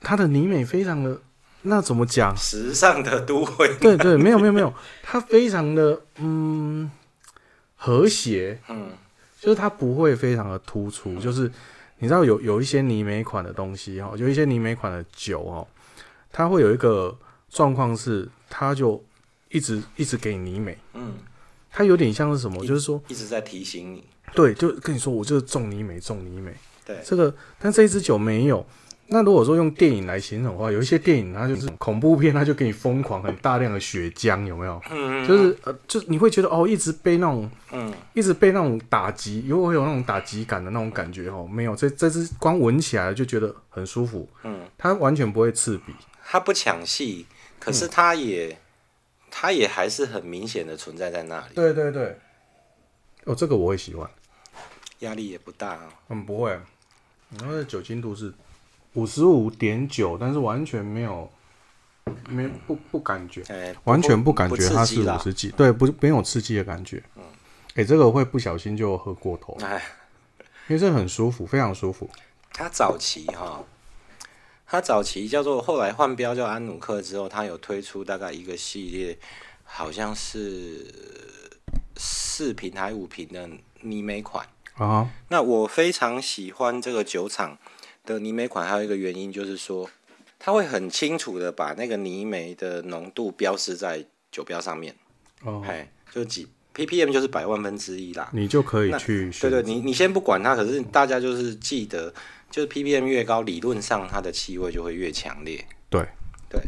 Speaker 1: 它的泥美非常的，那怎么讲
Speaker 2: 时尚的都会？
Speaker 1: 对对，没有没有没有，它非常的嗯和谐，
Speaker 2: 嗯，
Speaker 1: 就是它不会非常的突出，就是你知道有有一些泥美款的东西哦哈，有一些泥美款的酒哦，它会有一个状况是，它就一直一直给你泥美，
Speaker 2: 嗯，
Speaker 1: 它有点像是什么，就是说
Speaker 2: 一直在提醒你，
Speaker 1: 对，就跟你说，我就是重泥美，重泥美。
Speaker 2: 对
Speaker 1: 这个，但这一支酒没有。那如果说用电影来形容的话，有一些电影它就是恐怖片，它就给你疯狂很大量的血浆，有没有？
Speaker 2: 嗯，
Speaker 1: 就是呃，就是你会觉得哦，一直被那种
Speaker 2: 嗯，
Speaker 1: 一直被那种打击，如果有那种打击感的那种感觉哦，没有。这这支光闻起来就觉得很舒服，
Speaker 2: 嗯，
Speaker 1: 它完全不会刺鼻，
Speaker 2: 它不抢戏，可
Speaker 1: 嗯
Speaker 2: 是它也，它也还是很明显的存在在那里，
Speaker 1: 对对对。哦，这个我会喜欢，
Speaker 2: 压力也不大、哦。
Speaker 1: 嗯，不会。然后酒精度是五十五点九，但是完全没有，没不不感觉，
Speaker 2: 哎，
Speaker 1: 完全不感
Speaker 2: 不
Speaker 1: 觉它是
Speaker 2: 刺激啦
Speaker 1: 五十几，对，不没有刺激的感觉。嗯，哎，这个会不小心就喝过头，
Speaker 2: 哎，
Speaker 1: 因为这很舒服，非常舒服。
Speaker 2: 它早期哈、它早期叫做后来换标叫安努克之后，它有推出大概一个系列，好像是四瓶还五瓶的泥煤款。
Speaker 1: 啊，
Speaker 2: 那我非常喜欢这个酒厂的泥煤款，还有一个原因就是说，它会很清楚的把那个泥煤的浓度标示在酒标上面，
Speaker 1: 哦，
Speaker 2: 哎、就几 ppm 就是百万分之一啦。
Speaker 1: 你就可以去
Speaker 2: 对
Speaker 1: 选
Speaker 2: 对，你你先不管它，可是大家就是记得，就是 ppm 越高，理论上它的气味就会越强烈。
Speaker 1: 对
Speaker 2: 对，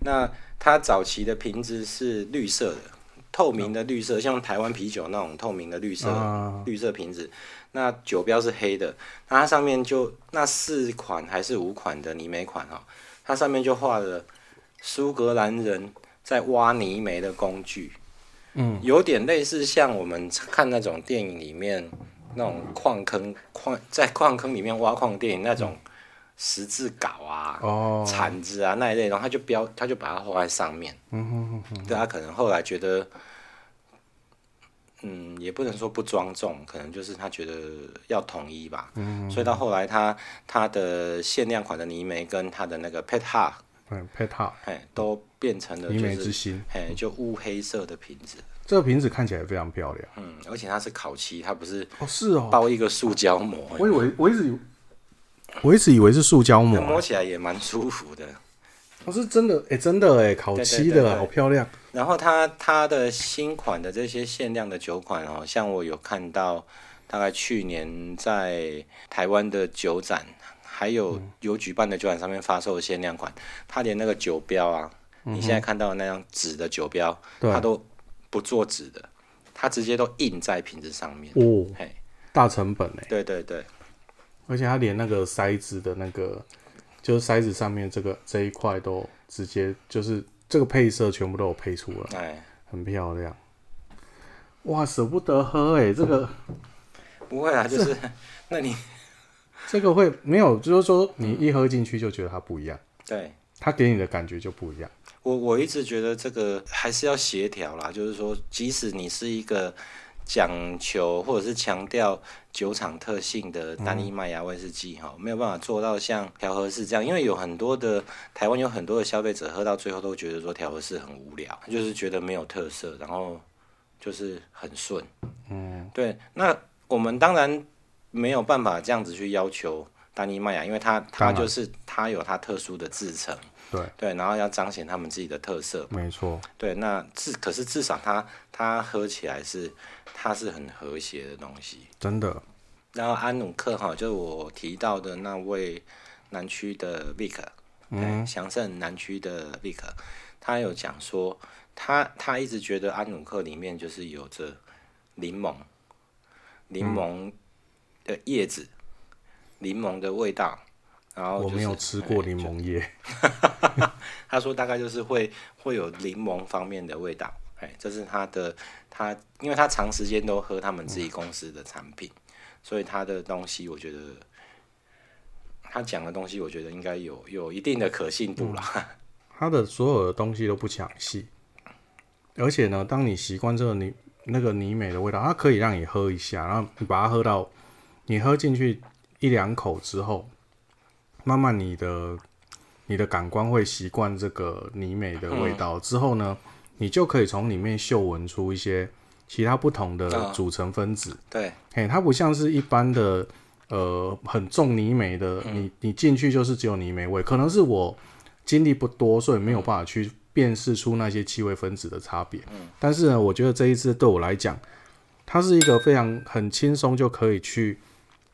Speaker 2: 那它早期的瓶子是绿色的，透明的绿色，像台湾啤酒那种透明的绿色、
Speaker 1: 啊
Speaker 2: 绿色瓶子。那酒标是黑的，那它上面就那四款还是五款的泥煤款哦，它上面就画了苏格兰人在挖泥煤的工具，
Speaker 1: 嗯，
Speaker 2: 有点类似像我们看那种电影里面那种矿坑矿在矿坑里面挖矿电影那种十字镐啊，
Speaker 1: 哦，
Speaker 2: 铲子啊那一类，然后他就标，他就把它画在上面。
Speaker 1: 嗯哼哼哼，
Speaker 2: 对他可能后来觉得，嗯，也不能说不庄重，可能就是他觉得要统一吧。嗯、所以到后来他他的限量款的泥煤跟他的那个 Pet h a
Speaker 1: 嗯，配套
Speaker 2: 哎，都变成了
Speaker 1: 泥
Speaker 2: 就
Speaker 1: 煤之
Speaker 2: 是
Speaker 1: 心，
Speaker 2: 哎就乌黑色的瓶子，
Speaker 1: 这个瓶子看起来非常漂亮。
Speaker 2: 嗯，而且它是烤漆，它不是
Speaker 1: 哦，是哦，
Speaker 2: 包一个塑胶膜，
Speaker 1: 我以为啊我一直以为我一直以为是塑胶膜
Speaker 2: 它，摸起来也蛮舒服的。
Speaker 1: 哦，是真的，哎、真的，哎，烤漆
Speaker 2: 对对对对
Speaker 1: 的好漂亮，
Speaker 2: 然后它它的新款的这些限量的酒款哦，像我有看到，大概去年在台湾的酒展，还有
Speaker 1: 嗯
Speaker 2: 有举办的酒展上面发售的限量款，它连那个酒标啊，你现在看到的那张纸的酒标，
Speaker 1: 嗯对
Speaker 2: 它都不做纸的，它直接都印在瓶子上面。
Speaker 1: 哦，
Speaker 2: 嘿，
Speaker 1: 大成本哎，
Speaker 2: 对对对，
Speaker 1: 而且它连那个塞子的那个，就是塞子上面这个这一块都直接就是这个配色全部都有配出来，
Speaker 2: 哎，
Speaker 1: 很漂亮。哇，舍不得喝哎，这个
Speaker 2: 不会啦，就是那你
Speaker 1: 这个会没有，就是说你一喝进去就觉得它不一样，
Speaker 2: 对。
Speaker 1: 它给你的感觉就不一样。
Speaker 2: 我我一直觉得这个还是要协调啦，就是说，即使你是一个讲求或者是强调酒厂特性的单一麦芽威士
Speaker 1: 嗯
Speaker 2: 忌哈、没有办法做到像调和式这样，因为有很多的台湾有很多的消费者喝到最后都觉得说调和式很无聊，就是觉得没有特色，然后就是很顺。嗯，对。那我们当然没有办法这样子去要求单一麦芽，因为它
Speaker 1: 当
Speaker 2: 它
Speaker 1: 然
Speaker 2: 就是它有它特殊的制成。
Speaker 1: 对，
Speaker 2: 对，然后要彰显他们自己的特色。
Speaker 1: 没错，
Speaker 2: 对，那至可是至少它它喝起来是它是很和谐的东西。
Speaker 1: 真的，
Speaker 2: 然后安努克哈，就是我提到的那位南区的 Vic，嗯，祥盛南区的 Vic，他有讲说，他他一直觉得安努克里面就是有着柠檬，
Speaker 1: 嗯
Speaker 2: 柠檬的叶子，柠檬的味道，然后、就
Speaker 1: 我
Speaker 2: 是、
Speaker 1: 没有吃过柠檬叶，
Speaker 2: 他说大概就是会会有柠檬方面的味道，哎，这是他的他，因为他长时间都喝他们自己公司的产品，所以他的东西我觉得他讲的东西，我觉得应该有有一定的可信度啦。
Speaker 1: 它的所有的东西都不抢戏，而且呢，当你习惯这个泥那个泥美的味道，它可以让你喝一下，然后你把它喝到你喝进去一两口之后，慢慢你的你的感官会习惯这个泥美的味道，之后呢，你就可以从里面嗅闻出一些其他不同的
Speaker 2: 啊
Speaker 1: 组成分子。
Speaker 2: 对
Speaker 1: 嘿，它不像是一般的呃很重泥煤的，
Speaker 2: 嗯
Speaker 1: 你你进去就是只有泥煤味，可能是我经历不多，所以没有办法去辨识出那些气味分子的差别。
Speaker 2: 嗯
Speaker 1: 但是呢，我觉得这一支对我来讲，它是一个非常很轻松就可以去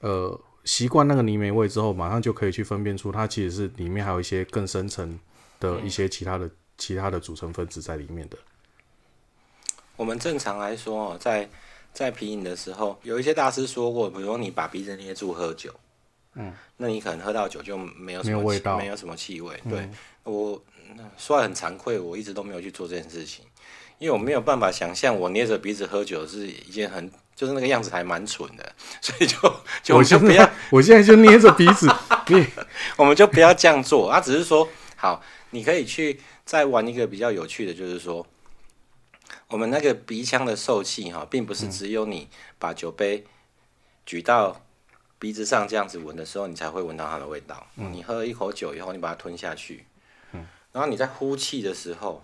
Speaker 1: 呃习惯那个泥煤味之后，马上就可以去分辨出它其实是里面还有一些更深层的
Speaker 2: 嗯
Speaker 1: 一些其他的、其他的组成分子在里面的。
Speaker 2: 我们正常来说哦，在在皮饮的时候，有一些大师说过，比如说你把鼻子捏住喝酒，嗯，那你可能喝到酒就没有什么
Speaker 1: 没有味
Speaker 2: 气
Speaker 1: 道嗯
Speaker 2: 没有什么气味。对、我那说来很惭愧，我一直都没有去做这件事情，因为我没有办法想象我捏着鼻子喝酒是一件很就是那个样子还蛮蠢的，所以就就
Speaker 1: 我
Speaker 2: 我们就
Speaker 1: 现
Speaker 2: 不要
Speaker 1: 在我现在就捏着鼻子， 你
Speaker 2: 我们就不要这样做。他、啊只是说，好，你可以去再玩一个比较有趣的，就是说，我们那个鼻腔的受气哈，并不是只有你把酒杯举到鼻子上这样子闻的时候，你才会闻到它的味道。你喝一口酒以后，你把它吞下去，然后你在呼气的时候，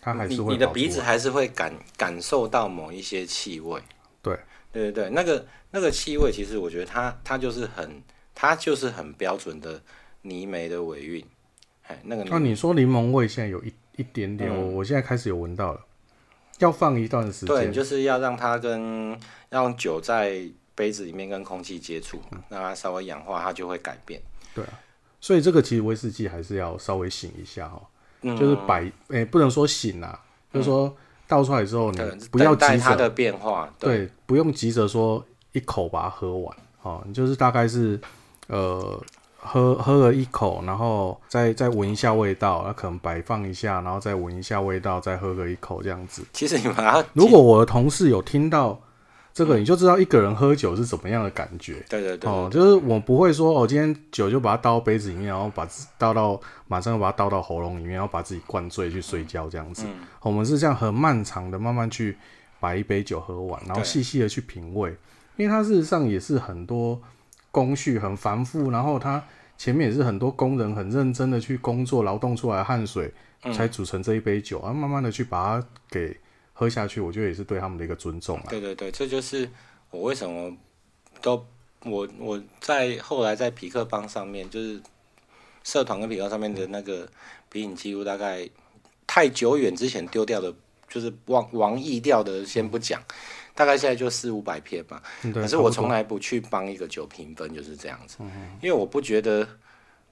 Speaker 1: 它还
Speaker 2: 你
Speaker 1: 是会
Speaker 2: 你的
Speaker 1: 跑
Speaker 2: 鼻
Speaker 1: 出
Speaker 2: 子
Speaker 1: 来
Speaker 2: 还是会感感受到某一些气味。
Speaker 1: 对
Speaker 2: 对对对，那个那个气味，其实我觉得它它就是很它就是很标准的泥煤的尾韵，哎，那个嗯泥
Speaker 1: 那、哦你说柠檬味现在有一一点点，我、我现在开始有闻到了，要放一段时
Speaker 2: 对，你
Speaker 1: 间。
Speaker 2: 就是要让它跟让酒在杯子里面跟空气接触，
Speaker 1: 嗯
Speaker 2: 让它稍微氧化，它就会改变。
Speaker 1: 所以这个其实威士忌还是要稍微醒一下哈、
Speaker 2: 嗯，
Speaker 1: 就是摆诶、不能说醒啊，就是说倒出来之哦后你
Speaker 2: 对
Speaker 1: 不要
Speaker 2: 嗯等待
Speaker 1: 急
Speaker 2: 它
Speaker 1: 着，
Speaker 2: 的变化。对，
Speaker 1: 对，不用急着说一口把它喝完哦，你就是大概是呃喝喝了一口，然后再再闻一下味道，那可能摆放一下，然后再闻一下味道，再喝个一口这样子。
Speaker 2: 其实你把它
Speaker 1: 如果我的同事有听到这个，你就知道一个人喝酒是怎么样的感觉。
Speaker 2: 对对对，
Speaker 1: 哦，就是我不会说，哦，今天酒就把它倒到杯子里面，然后把自倒到马上把它倒到喉咙里面，然后把自己灌醉去睡觉这样
Speaker 2: 嗯
Speaker 1: 子。哦我们是这样很漫长的慢慢去把一杯酒喝完，然后
Speaker 2: 对
Speaker 1: 细细的去品味，因为它事实上也是很多工序很繁复，然后它前面也是很多工人很认真的去工作劳动出来的汗水
Speaker 2: 嗯
Speaker 1: 才组成这一杯酒，啊，慢慢的去把它给喝下去，我觉得也是对他们的一个尊重啊。
Speaker 2: 对对对，这就是我为什么都我我在后来在匹克帮上面，就是社团跟匹克上面的那个鼻影记录，大概太久远之前丢掉的，就是忘忘译掉的，先不讲。大概现在就四五百篇吧，
Speaker 1: 嗯对，
Speaker 2: 可是
Speaker 1: 差不
Speaker 2: 我
Speaker 1: 多
Speaker 2: 从来不去帮一个酒评分，就是这样子，因为我不觉得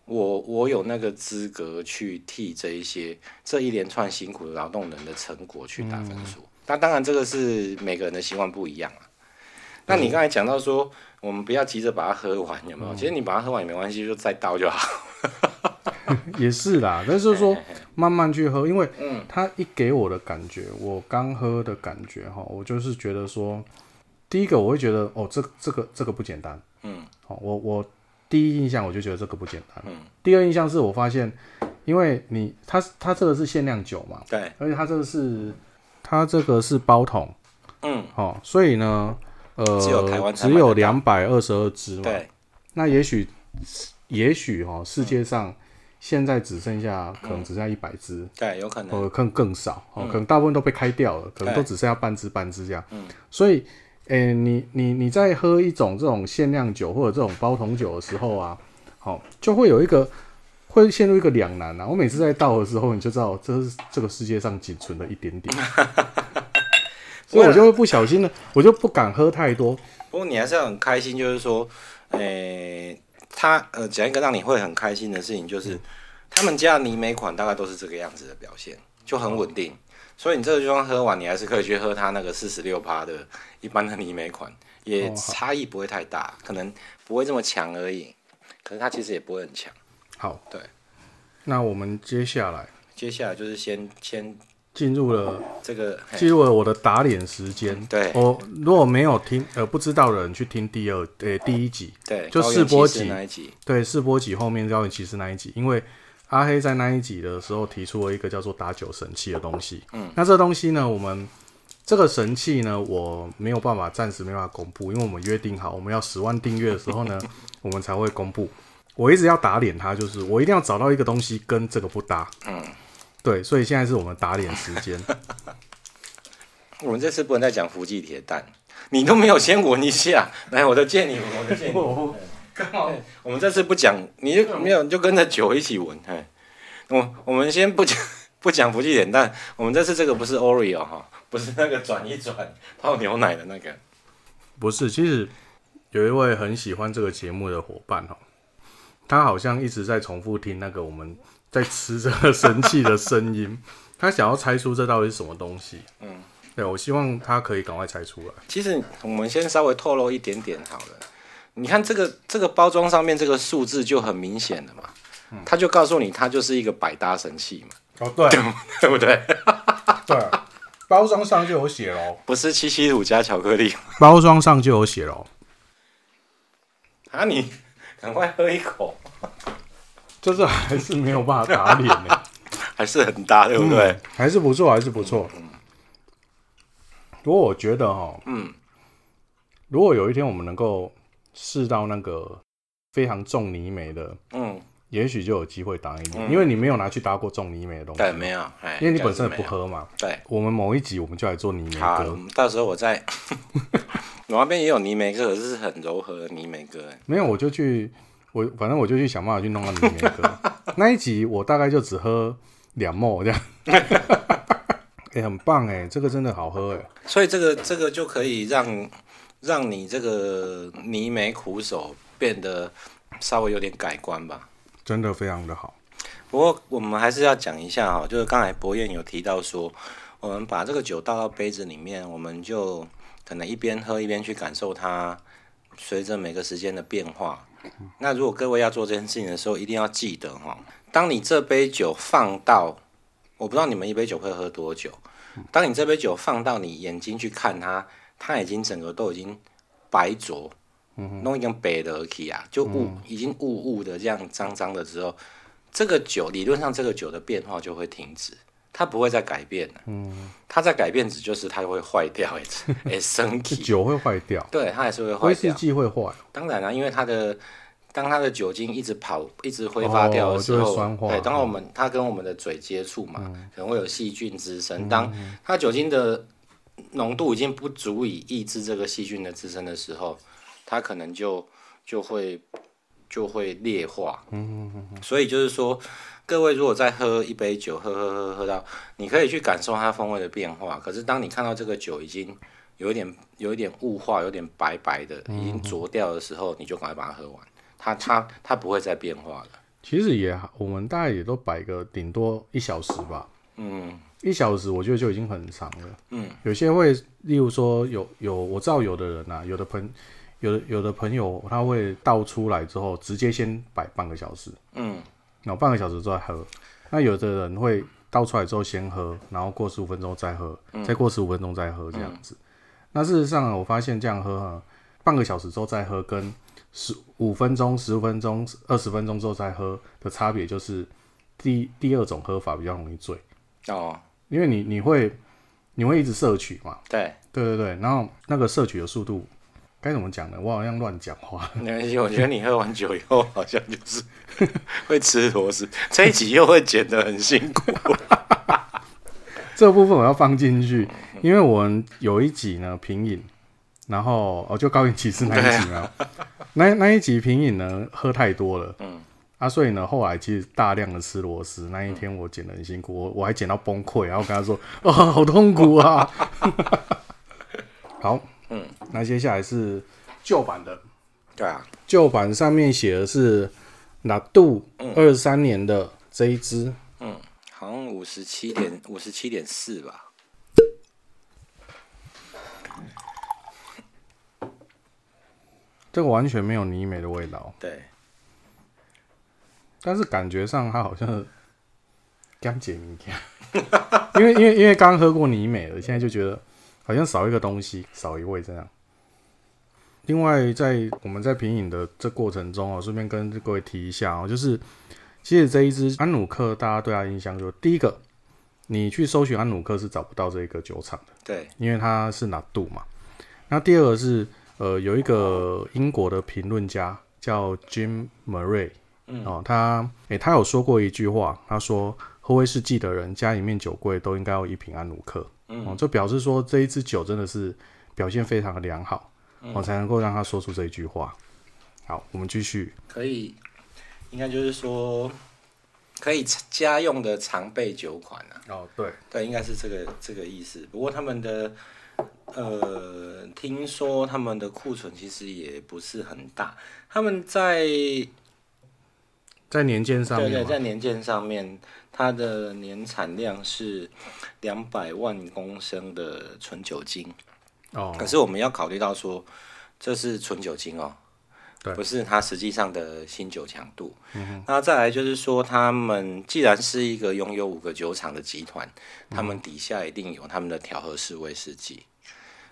Speaker 2: 我我有那个资格去替这一些这一连串辛苦的劳动人的成果去打分数。
Speaker 1: 嗯
Speaker 2: 那当然，这个是每个人的习惯不一样啊。那你刚才讲到说，我们不要急着把它喝完，有没
Speaker 1: 嗯
Speaker 2: 有？其实你把它喝完也没关系，就再倒就好。
Speaker 1: 也是啦，但是说慢慢去喝，因为
Speaker 2: 嗯
Speaker 1: 它一给我的感觉，我刚喝的感觉哈，我就是觉得说，第一个我会觉得哦，这这个这个不简单，
Speaker 2: 嗯，
Speaker 1: 好，我我第一印象我就觉得这个不简单，嗯，第二印象是我发现，因为你它它这个是限量酒嘛，
Speaker 2: 对，
Speaker 1: 而且它这个是它这个是包桶，
Speaker 2: 嗯，
Speaker 1: 哦，所以呢，呃，
Speaker 2: 只有台湾
Speaker 1: 只
Speaker 2: 才买得
Speaker 1: 有
Speaker 2: 到
Speaker 1: 两百二十二支嘛，
Speaker 2: 对，
Speaker 1: 那也许，也许哈、世界上现在只剩下可能只剩下一百只，
Speaker 2: 对，有可能，
Speaker 1: 呃，可能更少，哦，可能大部分都被开掉了，可能
Speaker 2: 嗯对嗯
Speaker 1: 都只剩下半只半只这样。所以，诶、你你你在喝一种这种限量酒或者这种包桶酒的时候啊，好、就会有一个会陷入一个两难啊。我每次在倒的时候，你就知道这是这个世界上仅存的一点 点。所以我就会不小心的，我就不敢喝太多。
Speaker 2: 不过你还是要很开心，就是说，诶、他呃，讲一个让你会很开心的事情，就是、
Speaker 1: 嗯
Speaker 2: 他们家的泥煤款大概都是这个样子的表现，就很稳定。所以你这个就算喝完，你还是可以去喝它那个四十六趴的一般的泥煤款，也
Speaker 1: 哦好
Speaker 2: 差异不会太大，可能不会这么强而已。可是它其实也不会很强。
Speaker 1: 好，
Speaker 2: 对。
Speaker 1: 那我们接下来
Speaker 2: 接下来就是先先
Speaker 1: 进入了
Speaker 2: 这个，嘿
Speaker 1: 进入了我的打脸时间。
Speaker 2: 对
Speaker 1: 我、如果没有听呃不知道的人去听第二呃第一集，
Speaker 2: 对，
Speaker 1: 就
Speaker 2: 高
Speaker 1: 试
Speaker 2: 原
Speaker 1: 播
Speaker 2: 骑士
Speaker 1: 集
Speaker 2: 那一集，
Speaker 1: 对试播集后面高原骑士那一集，因为阿黑在那一集的时候提出了一个叫做打酒神器的东西。嗯，那这个东西呢，我们这个神器呢，我没有办法暂时没办法公布，因为我们约定好，我们要十万订阅的时候 呢，我们才会公布。我一直要打脸他，就是我一定要找到一个东西跟这个不搭。嗯，对，所以现在是我们打脸时间。
Speaker 2: 我们这次不能再讲福记铁蛋，你都没有先闻一下， 来，我的借你，我的借你。我们这次不讲，你就没有你就跟着酒一起闻。嘿，我我们先不讲 不讲福记点，但我们这次这个不是 Oreo 哈，不是那个转一转泡牛奶的那个。
Speaker 1: 不是，其实有一位很喜欢这个节目的伙伴哦，他好像一直在重复听那个我们在吃这个神器的声音， 他想要猜出这到底是什么东西。嗯，对，我希望他可以赶快猜出来。
Speaker 2: 其实我们先稍微透露一点点好了。你看这个这个包装上面这个数字就很明显了嘛，他就告诉你它就是一个百搭神器嘛，
Speaker 1: 哦，对
Speaker 2: 对不对？
Speaker 1: 对，啊包装上就有写喽，
Speaker 2: 不是七七乳加巧克力
Speaker 1: 包装上就有写喽，
Speaker 2: 啊，你赶快喝一口，
Speaker 1: 就是还是没有办法打脸呢、
Speaker 2: 还是很搭，对不对？
Speaker 1: 嗯还是不错，还是不错。不过我觉得哈，
Speaker 2: 嗯，
Speaker 1: 如果有一天我们能够试到那个非常重泥煤的，
Speaker 2: 嗯，
Speaker 1: 也许就有机会搭一点，因为你没有拿去搭过重泥煤的东西，
Speaker 2: 对，没有，哎，
Speaker 1: 因为你本身也
Speaker 2: 没
Speaker 1: 不
Speaker 2: 有，
Speaker 1: 喝嘛。
Speaker 2: 对，
Speaker 1: 我们某一集我们就来做泥煤
Speaker 2: 好，
Speaker 1: 歌，
Speaker 2: 到时候我再， 我那边也有泥煤哥，可是是很柔和的泥煤哥，哎
Speaker 1: 没有我就去，我反正我就去想办法去弄到泥煤 歌。那一集我大概就只喝两沫这样， 哎、很棒哎、这个真的好喝哎、
Speaker 2: 所以这个这个就可以让让你这个泥煤苦手变得稍微有点改观吧。
Speaker 1: 真的非常的好。
Speaker 2: 不过我们还是要讲一下哈，就是刚才博彦有提到说，我们把这个酒倒到杯子里面，我们就可能一边喝一边去感受它，随着每个时间的变化。那如果各位要做这件事情的时候，一定要记得哈，当你这杯酒放到，我不知道你们一杯酒会喝多久，当你这杯酒放到你眼睛去看它，它已经整个都已经白浊，弄已经白的去啊，就雾、已经雾雾的这样脏脏的之后。这个酒理论上这个酒的变化就会停止，它不会再改变了。嗯，它在改变只就是它会坏掉，哎，哎，生
Speaker 1: 这
Speaker 2: 气，
Speaker 1: 酒会坏掉，
Speaker 2: 对，它还是会坏
Speaker 1: 威士
Speaker 2: 掉。
Speaker 1: 忌会坏，
Speaker 2: 当然啊了、因为它的当它的酒精一直跑、一直挥发掉的时
Speaker 1: 哦就
Speaker 2: 候，
Speaker 1: 会酸化嗯
Speaker 2: 对，当我们它跟我们的嘴接触嘛，可能会有细菌滋生。当它酒精的浓度已经不足以抑制这个细菌的滋生的时候，它可能就就会就会劣化。
Speaker 1: 嗯
Speaker 2: 所以就是说，各位如果再喝一杯酒，喝喝喝喝到，你可以去感受它风味的变化。可是当你看到这个酒已经有一点有一点雾化，有点嗯白白的，已经浊掉的时候，你就赶快把它喝完。它它它不会再变化了。
Speaker 1: 其实也我们大概也都摆个顶多一小时吧，
Speaker 2: 嗯
Speaker 1: 一小时我觉得就已经很长了。
Speaker 2: 嗯，
Speaker 1: 有些会，例如说有有我知道有的人啊，有的朋有的有的朋友他会倒出来之后直接先摆半个小时，
Speaker 2: 嗯，
Speaker 1: 然后半个小时之后再喝。那有的人会倒出来之后先喝，然后过十五分钟再喝，再过十五分钟再喝这样子。那事实上啊我发现这样喝啊，半个小时之后再喝跟十五分钟、十五分钟、二十分钟之后再喝的差别就是第第二种喝法比较容易醉。
Speaker 2: 哦，
Speaker 1: 因为你你会你会一直摄取嘛，
Speaker 2: 对，
Speaker 1: 对对对，然后那个摄取的速度该怎么讲呢？我好像乱讲话，
Speaker 2: 没关系，我觉得你喝完酒以后好像就是 会吃螺丝，这一集又会剪得很辛苦。
Speaker 1: 这部分我要放进去，因为我们有一集呢品饮，然后哦就高原骑士那一集啊， 那那一集品饮呢喝太多了，嗯。啊，所以呢，后来其实大量的吃螺丝，那一天我剪得很辛苦，我我还剪到崩溃，然后跟他说：“ 哦，好痛苦啊！” 好，嗯，那接下来是旧版的，
Speaker 2: 对啊，
Speaker 1: 旧版上面写的是纳杜二三年的这一支，
Speaker 2: 嗯好像五十七点五十七点四吧。
Speaker 1: 这个完全没有泥煤的味道，
Speaker 2: 对，
Speaker 1: 但是感觉上它好像 刚解谜一样， 因为因为因为刚喝过泥煤了，现在就觉得好像少一个东西，少一味这样。另外，在我们在品饮的这过程中哦，顺便跟各位提一下哦，就是其实这一支安努克，大家对它印象就第一个，你去搜寻安努克是找不到这个酒厂。
Speaker 2: 对，
Speaker 1: 因为它是拿度嘛。那第二个是呃，有一个英国的评论家叫 Jim Murray，哦，他诶、他有说过一句话，他说喝威士忌的人家里面酒柜都应该有一瓶安努克，哦，就表示说这一支酒真的是表现非常的良好，我、哦、才能够让他说出这一句话。好，我们继续。
Speaker 2: 可以，应该就是说可以家用的常备酒款啊。
Speaker 1: 哦，对，
Speaker 2: 对，应该是这个这个意思。不过他们的呃，听说他们的库存其实也不是很大，他们在
Speaker 1: 在年鉴上
Speaker 2: 对
Speaker 1: 面
Speaker 2: 对，
Speaker 1: 嘛，
Speaker 2: 在年鉴上面，它的年产量是两百万公升的纯酒精。
Speaker 1: 哦，
Speaker 2: 可是我们要考虑到说，这是纯酒精哦，
Speaker 1: 对嗯
Speaker 2: 不是它实际上的新酒强度。那再来就是说，他们既然是一个拥有五个酒厂的集团，
Speaker 1: 嗯
Speaker 2: 他们底下一定有他们的调和式威士忌，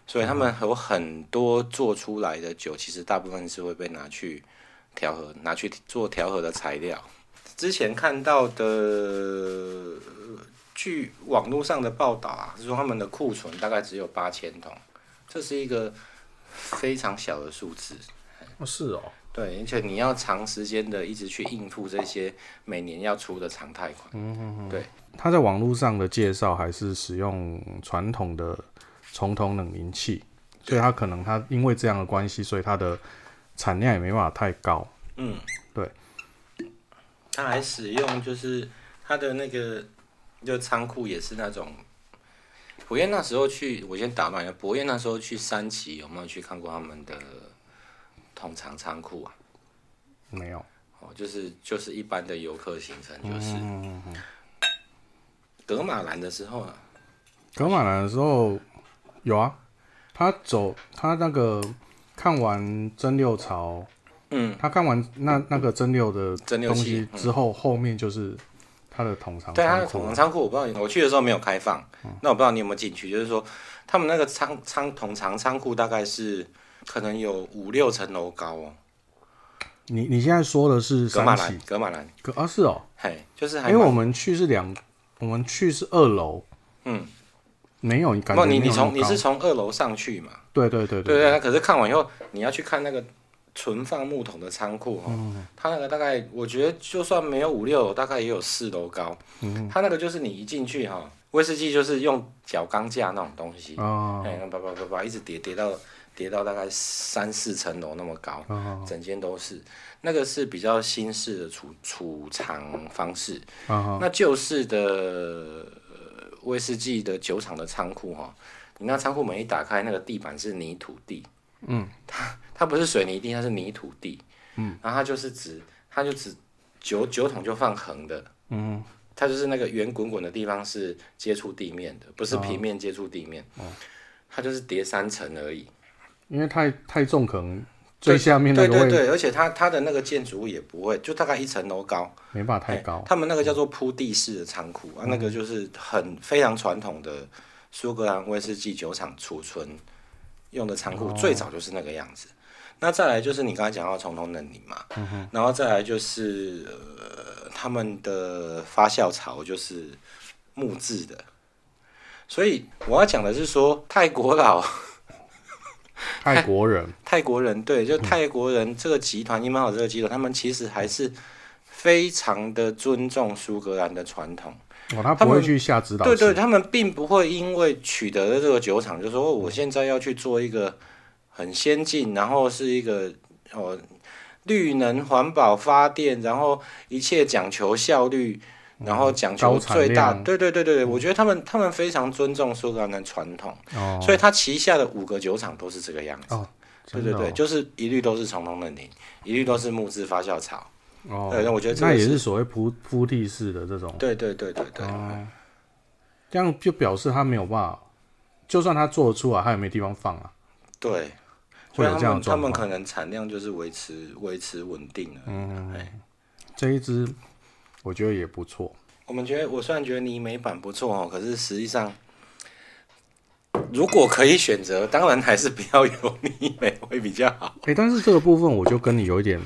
Speaker 2: 所以
Speaker 1: 嗯
Speaker 2: 他们有很多做出来的酒，其实大部分是会被拿去调和，拿去做调和的材料。之前看到的，呃据网络上的报道啊，是说他们的库存大概只有八千桶。这是一个非常小的数字，
Speaker 1: 哦是哦，
Speaker 2: 对，而且你要长时间的一直去应付这些每年要出的常态款，
Speaker 1: 他在网络上的介绍还是使用传统的重桶冷凝器，所以他可能他因为这样的关系，所以它的产量也没办法太高。
Speaker 2: 嗯，
Speaker 1: 对，
Speaker 2: 他还使用就是他的那个就仓库也是那种。博彦那时候去，我先打断一下。博彦那时候去三期，有没有去看过他们的桶厂仓库啊？
Speaker 1: 没有，
Speaker 2: 哦，就是就是一般的游客行程，就是。格马兰的时候啊，
Speaker 1: 格马兰的时候有啊，他走他那个看完蒸馏槽，
Speaker 2: 嗯，
Speaker 1: 他看完那那个蒸馏的
Speaker 2: 蒸馏
Speaker 1: 东
Speaker 2: 器嗯
Speaker 1: 西之后，后面就是他的桶仓
Speaker 2: 对，
Speaker 1: 仓
Speaker 2: 它的
Speaker 1: 库嗯
Speaker 2: 桶
Speaker 1: 啊
Speaker 2: 房仓库，我不知道你，我去的时候没有开放，那我不知道你有没有进去。就是说，他们那个仓仓桶藏仓库大概是可能有五六层楼高哦，
Speaker 1: 你你现在说的是
Speaker 2: 格马
Speaker 1: 三
Speaker 2: 兰
Speaker 1: 喜，，
Speaker 2: 格马兰，
Speaker 1: 格啊是哦，
Speaker 2: 嘿，就是还
Speaker 1: 因为我
Speaker 2: 蛮。
Speaker 1: 们去是两，我们去是二楼，
Speaker 2: 嗯，
Speaker 1: 没有，你感觉
Speaker 2: 不，你
Speaker 1: 没
Speaker 2: 你
Speaker 1: 有那么
Speaker 2: 从你
Speaker 1: 高
Speaker 2: 是从二楼上去嘛？
Speaker 1: 对对对
Speaker 2: 对对对。可是看完以后，你要去看那个存放木桶的仓库哦，
Speaker 1: 嗯
Speaker 2: 它那个大概我觉得就算没有五六楼，大概也有四楼高。
Speaker 1: 嗯
Speaker 2: 它那个就是你一进去哈，威士忌就是用角钢架那种东西，
Speaker 1: 啊，
Speaker 2: 哎，那叭叭叭叭一直叠叠到叠到大概三四层楼那么高，
Speaker 1: 哦
Speaker 2: 整间都是。那个是比较新式的储储藏方式，
Speaker 1: 哦
Speaker 2: 那旧式的、呃威士忌的酒厂的仓库哈，你那仓库门一打开，那个地板是泥土地，嗯，它它不是水泥地，它是泥土地，嗯，然后它就是只它就只酒酒桶就放横的，嗯，它就是那个圆滚滚的地方是接触地面的，不
Speaker 1: 哦
Speaker 2: 是平面接触地面，它就是叠三层而已。
Speaker 1: 因为太太重，可能最
Speaker 2: 对
Speaker 1: 下面那
Speaker 2: 对
Speaker 1: 个
Speaker 2: 对
Speaker 1: 位
Speaker 2: 对，而且它它的那个建筑物也不会，就大概一层楼高，
Speaker 1: 没办法太
Speaker 2: 哎
Speaker 1: 高。嗯
Speaker 2: 他们那个叫做铺地式的仓库啊，那个就是很非常传统的苏格兰威士忌酒厂储存用的仓
Speaker 1: 哦
Speaker 2: 库，最早就是那个样子。那再来就是你刚才讲到重头冷饮嘛，
Speaker 1: 嗯
Speaker 2: 然后再来就是呃他们的发酵槽就是木质的，所以我要讲的是说泰国佬哎
Speaker 1: 泰国人
Speaker 2: 泰国人对，
Speaker 1: 嗯
Speaker 2: 就泰国人这个集团，英曼好这个集团，他们其实还是非常的尊重苏格兰的传统。
Speaker 1: 哦，他
Speaker 2: 哎他
Speaker 1: 不会
Speaker 2: 们
Speaker 1: 去下指导
Speaker 2: 对对，
Speaker 1: 棋，
Speaker 2: 他们并不会因为取得了这个酒厂，就说哦我现在要去做一个很先进，然后是一个哦绿能环保发电，然后一切讲求效率，然后讲
Speaker 1: 嗯高
Speaker 2: 求
Speaker 1: 产
Speaker 2: 最大。
Speaker 1: 量嗯
Speaker 2: 对对对对对，我觉得他们他们非常尊重苏格兰的传统，
Speaker 1: 哦
Speaker 2: 所以他旗下的五个酒厂都是这个样子。
Speaker 1: 哦，
Speaker 2: 对
Speaker 1: 真的
Speaker 2: 对
Speaker 1: 哦
Speaker 2: 对，就是一律都是重桶冷凝，一律都是木质发酵槽。
Speaker 1: 哦，
Speaker 2: 哎对那我觉得这个
Speaker 1: 那也
Speaker 2: 是
Speaker 1: 是所谓铺铺地式的这种，
Speaker 2: 对对对对对，
Speaker 1: 哦，这样就表示他没有办法，就算他做得出来，他也没地方放啊，
Speaker 2: 对，
Speaker 1: 会
Speaker 2: 所以
Speaker 1: 有
Speaker 2: 他
Speaker 1: 这样
Speaker 2: 们
Speaker 1: 的
Speaker 2: 他
Speaker 1: 状
Speaker 2: 们
Speaker 1: 况。
Speaker 2: 可能产量就是维持维持稳定了。嗯，哎，
Speaker 1: 这一支我觉得也不错，
Speaker 2: 我们觉得我虽然觉得泥煤版不错哦，可是实际上。如果可以选择，当然还是不要有泥煤会比较好。
Speaker 1: 诶，哎但是这个部分我就跟你有一点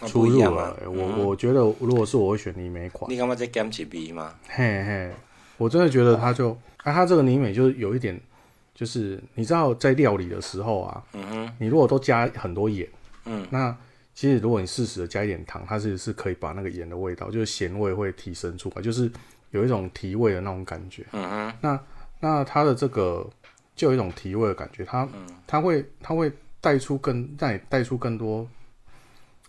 Speaker 2: 啊
Speaker 1: 出
Speaker 2: 不一
Speaker 1: 入
Speaker 2: 样
Speaker 1: 了
Speaker 2: 啊。
Speaker 1: 诶我我觉得如果是我会选泥美款，
Speaker 2: 你干嘛在 g a m 几 B 吗？
Speaker 1: 嘿嘿，我真的觉得它就啊，它这个泥美就是有一点，就是你知道在料理的时候啊，
Speaker 2: 嗯哼，
Speaker 1: 你如果都加很多盐，
Speaker 2: 嗯，
Speaker 1: 那其实如果你适时的加一点糖，它是是可以把那个盐的味道，就是咸味会提升出来，就是有一种提味的那种感觉。
Speaker 2: 嗯哼，
Speaker 1: 那它的这个就有一种提味的感觉，它、
Speaker 2: 嗯
Speaker 1: 它会它会带出更让你带出更多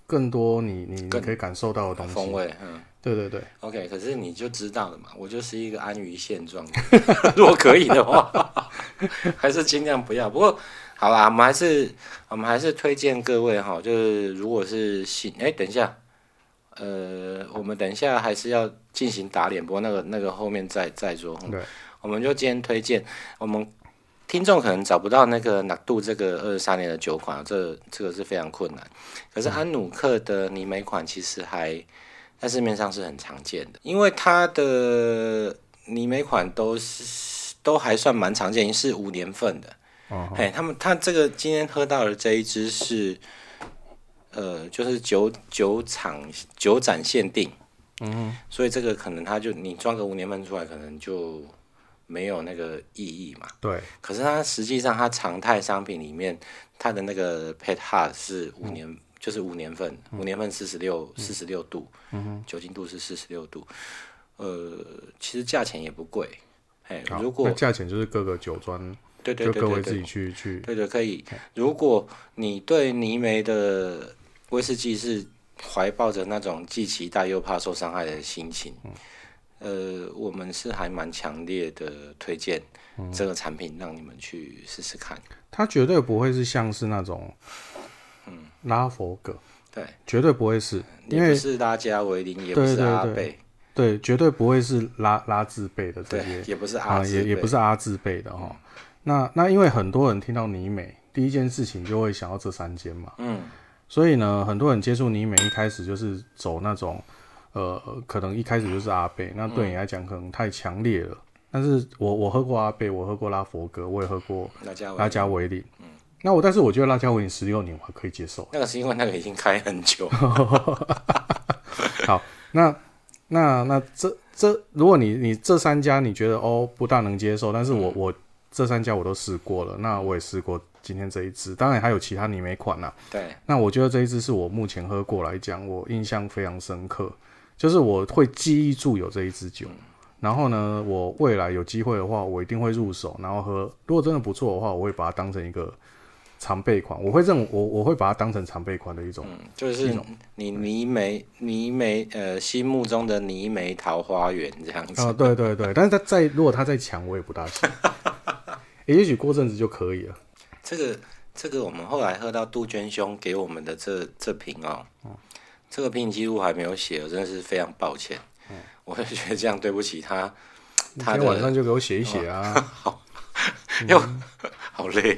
Speaker 1: 更多你你你
Speaker 2: 更
Speaker 1: 可以感受到的东
Speaker 2: 风
Speaker 1: 西。
Speaker 2: 味，嗯。
Speaker 1: 对对对，
Speaker 2: OK，可是你就知道了嘛，我就是一个安于现状的。 如果可以的话，还是尽量不要。不过，好啦，我们还是我们还是推荐各位哈，就是如果是新哎、等一下，呃，我们等一下还是要进行打脸，不过那个那个后面再再说。哈
Speaker 1: 对，
Speaker 2: 我们就今天推荐我们听众可能找不到那个纳度这个二十三年的酒款，这这个是非常困难。可是安努克的泥煤款其实还在市面上是很常见的，因为它的泥煤款都是都还算蛮常见，是五年份的。
Speaker 1: 哦
Speaker 2: 嘿，他们他这个今天喝到的这一支是，呃，就是酒酒厂酒展限定，嗯，所以这个可能他就你装个五年份出来，可能就没有那个意义嘛。
Speaker 1: 对，
Speaker 2: 可是它实际上它常态商品里面，它的那个 pet hard 是五年，就是五年份，
Speaker 1: 嗯
Speaker 2: 五年份四十六四十六度，酒精度是四十六度，呃，其实价钱也不贵，哎，
Speaker 1: 好
Speaker 2: 如果
Speaker 1: 那价钱就是各个酒庄
Speaker 2: 对对
Speaker 1: 就
Speaker 2: 对
Speaker 1: 各位
Speaker 2: 对
Speaker 1: 自
Speaker 2: 对，
Speaker 1: 己去去
Speaker 2: 对对可以。
Speaker 1: 嗯
Speaker 2: 如果你对泥煤的威士忌是怀抱着那种既期待又怕受伤害的心情，
Speaker 1: 嗯
Speaker 2: 呃，我们是还蛮强烈的推荐
Speaker 1: 嗯
Speaker 2: 这个产品让你们去试试看。
Speaker 1: 它绝对不会是像是那种，嗯，拉佛格，
Speaker 2: 对，
Speaker 1: 绝对不会是，
Speaker 2: 也
Speaker 1: 因为
Speaker 2: 不是拉加维林，也不
Speaker 1: 对
Speaker 2: 是
Speaker 1: 对
Speaker 2: 阿
Speaker 1: 对
Speaker 2: 贝，
Speaker 1: 对，绝对不会是拉拉字辈的这
Speaker 2: 对
Speaker 1: 些，
Speaker 2: 也不是
Speaker 1: 啊、
Speaker 2: 阿兹
Speaker 1: 也
Speaker 2: 贝，
Speaker 1: 也不是阿字辈的哈。那那因为很多人听到尼美，第一件事情就会想到这三间嘛，
Speaker 2: 嗯，
Speaker 1: 所以呢，很多人接触尼美一开始就是走那种，呃，可能一开始就是阿贝，那
Speaker 2: 嗯
Speaker 1: 对你来讲可能太强烈了。但是我我喝过阿贝，我喝过拉佛格，我也喝过
Speaker 2: 拉加维嗯
Speaker 1: 拉
Speaker 2: 林。
Speaker 1: 加维林。那我但是我觉得拉加维林十六年我还可以接受。
Speaker 2: 那个是因为那个已经开很 久，
Speaker 1: 好，那那那这这，如果你你这三家你觉得哦不大能接受，但是
Speaker 2: 嗯
Speaker 1: 我、我这三家我都试过了，那我也试过今天这一支，当然还有其他你没款啦、
Speaker 2: 对，
Speaker 1: 那我觉得这一支是我目前喝过来讲，我印象非常深刻，就是我会记忆住有这一支
Speaker 2: 嗯
Speaker 1: 酒。然后呢，我未来有机会的话，我一定会入手，然后喝。如果真的不错的话，我会把它当成一个常备款，我会认我我会把它当成常备款的一种。
Speaker 2: 嗯，就是你泥煤泥煤呃心目中的泥煤桃花源这样子，
Speaker 1: 啊、对对对，但是他再如果他再强，我也不大 行。欸也许过阵子就可以了。嗯
Speaker 2: 这个这个我们后来喝到杜鹃兄给我们的这这瓶哦，这个病记录还没有写，我真的是非常抱歉。 我会觉得这样对不起他，
Speaker 1: 嗯你今
Speaker 2: 他
Speaker 1: 天晚
Speaker 2: 的哦
Speaker 1: 上就给我写一写啊！
Speaker 2: 又好累，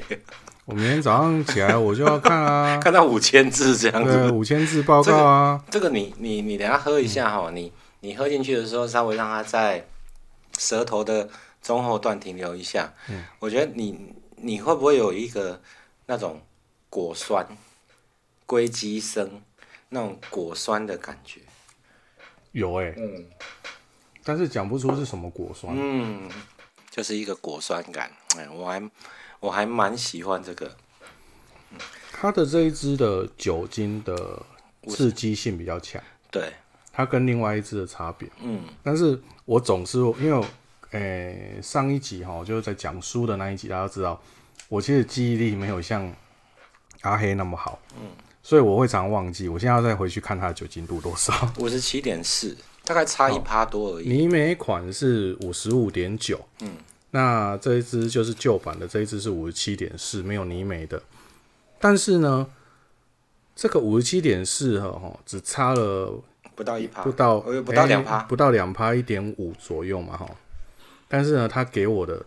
Speaker 1: 我明天早上起来我就要看 啊，
Speaker 2: 看到五千字这样子。
Speaker 1: 对，五千字报告啊，嗯
Speaker 2: 这个你你你等一下喝一下哈、你你喝进去的时候稍微让它在舌头的中后段停留一下。嗯，我觉得你你会不会有一个那种果酸、硅基生那种果酸的感觉？
Speaker 1: 有哎、
Speaker 2: 嗯
Speaker 1: 但是讲不出是什么果酸。
Speaker 2: 嗯，就是一个果酸感。哎，我还我还蛮喜欢这个。
Speaker 1: 它的这一支的酒精的刺激性比较强，
Speaker 2: 对，
Speaker 1: 它跟另外一支的差别。
Speaker 2: 嗯
Speaker 1: 但是我总是因为我，诶、上一集哈，就是在讲书的那一集，大家知道，我其实记忆力没有像阿黑那么好，嗯，所以我会常忘记。我现在要再回去看它的酒精度多少。
Speaker 2: 五十七点四，大概差一趴多而已。
Speaker 1: 你每一款是五十五点九，嗯，那这一支就是旧版的，这一支是五十七点四，没有泥煤的。但是呢，这个五十七点四哈，吼只差了
Speaker 2: 不到一趴，
Speaker 1: 不到哎
Speaker 2: 呃不到
Speaker 1: 诶
Speaker 2: 两趴。
Speaker 1: 不到两趴一点五左右嘛哈。但是呢，它给我的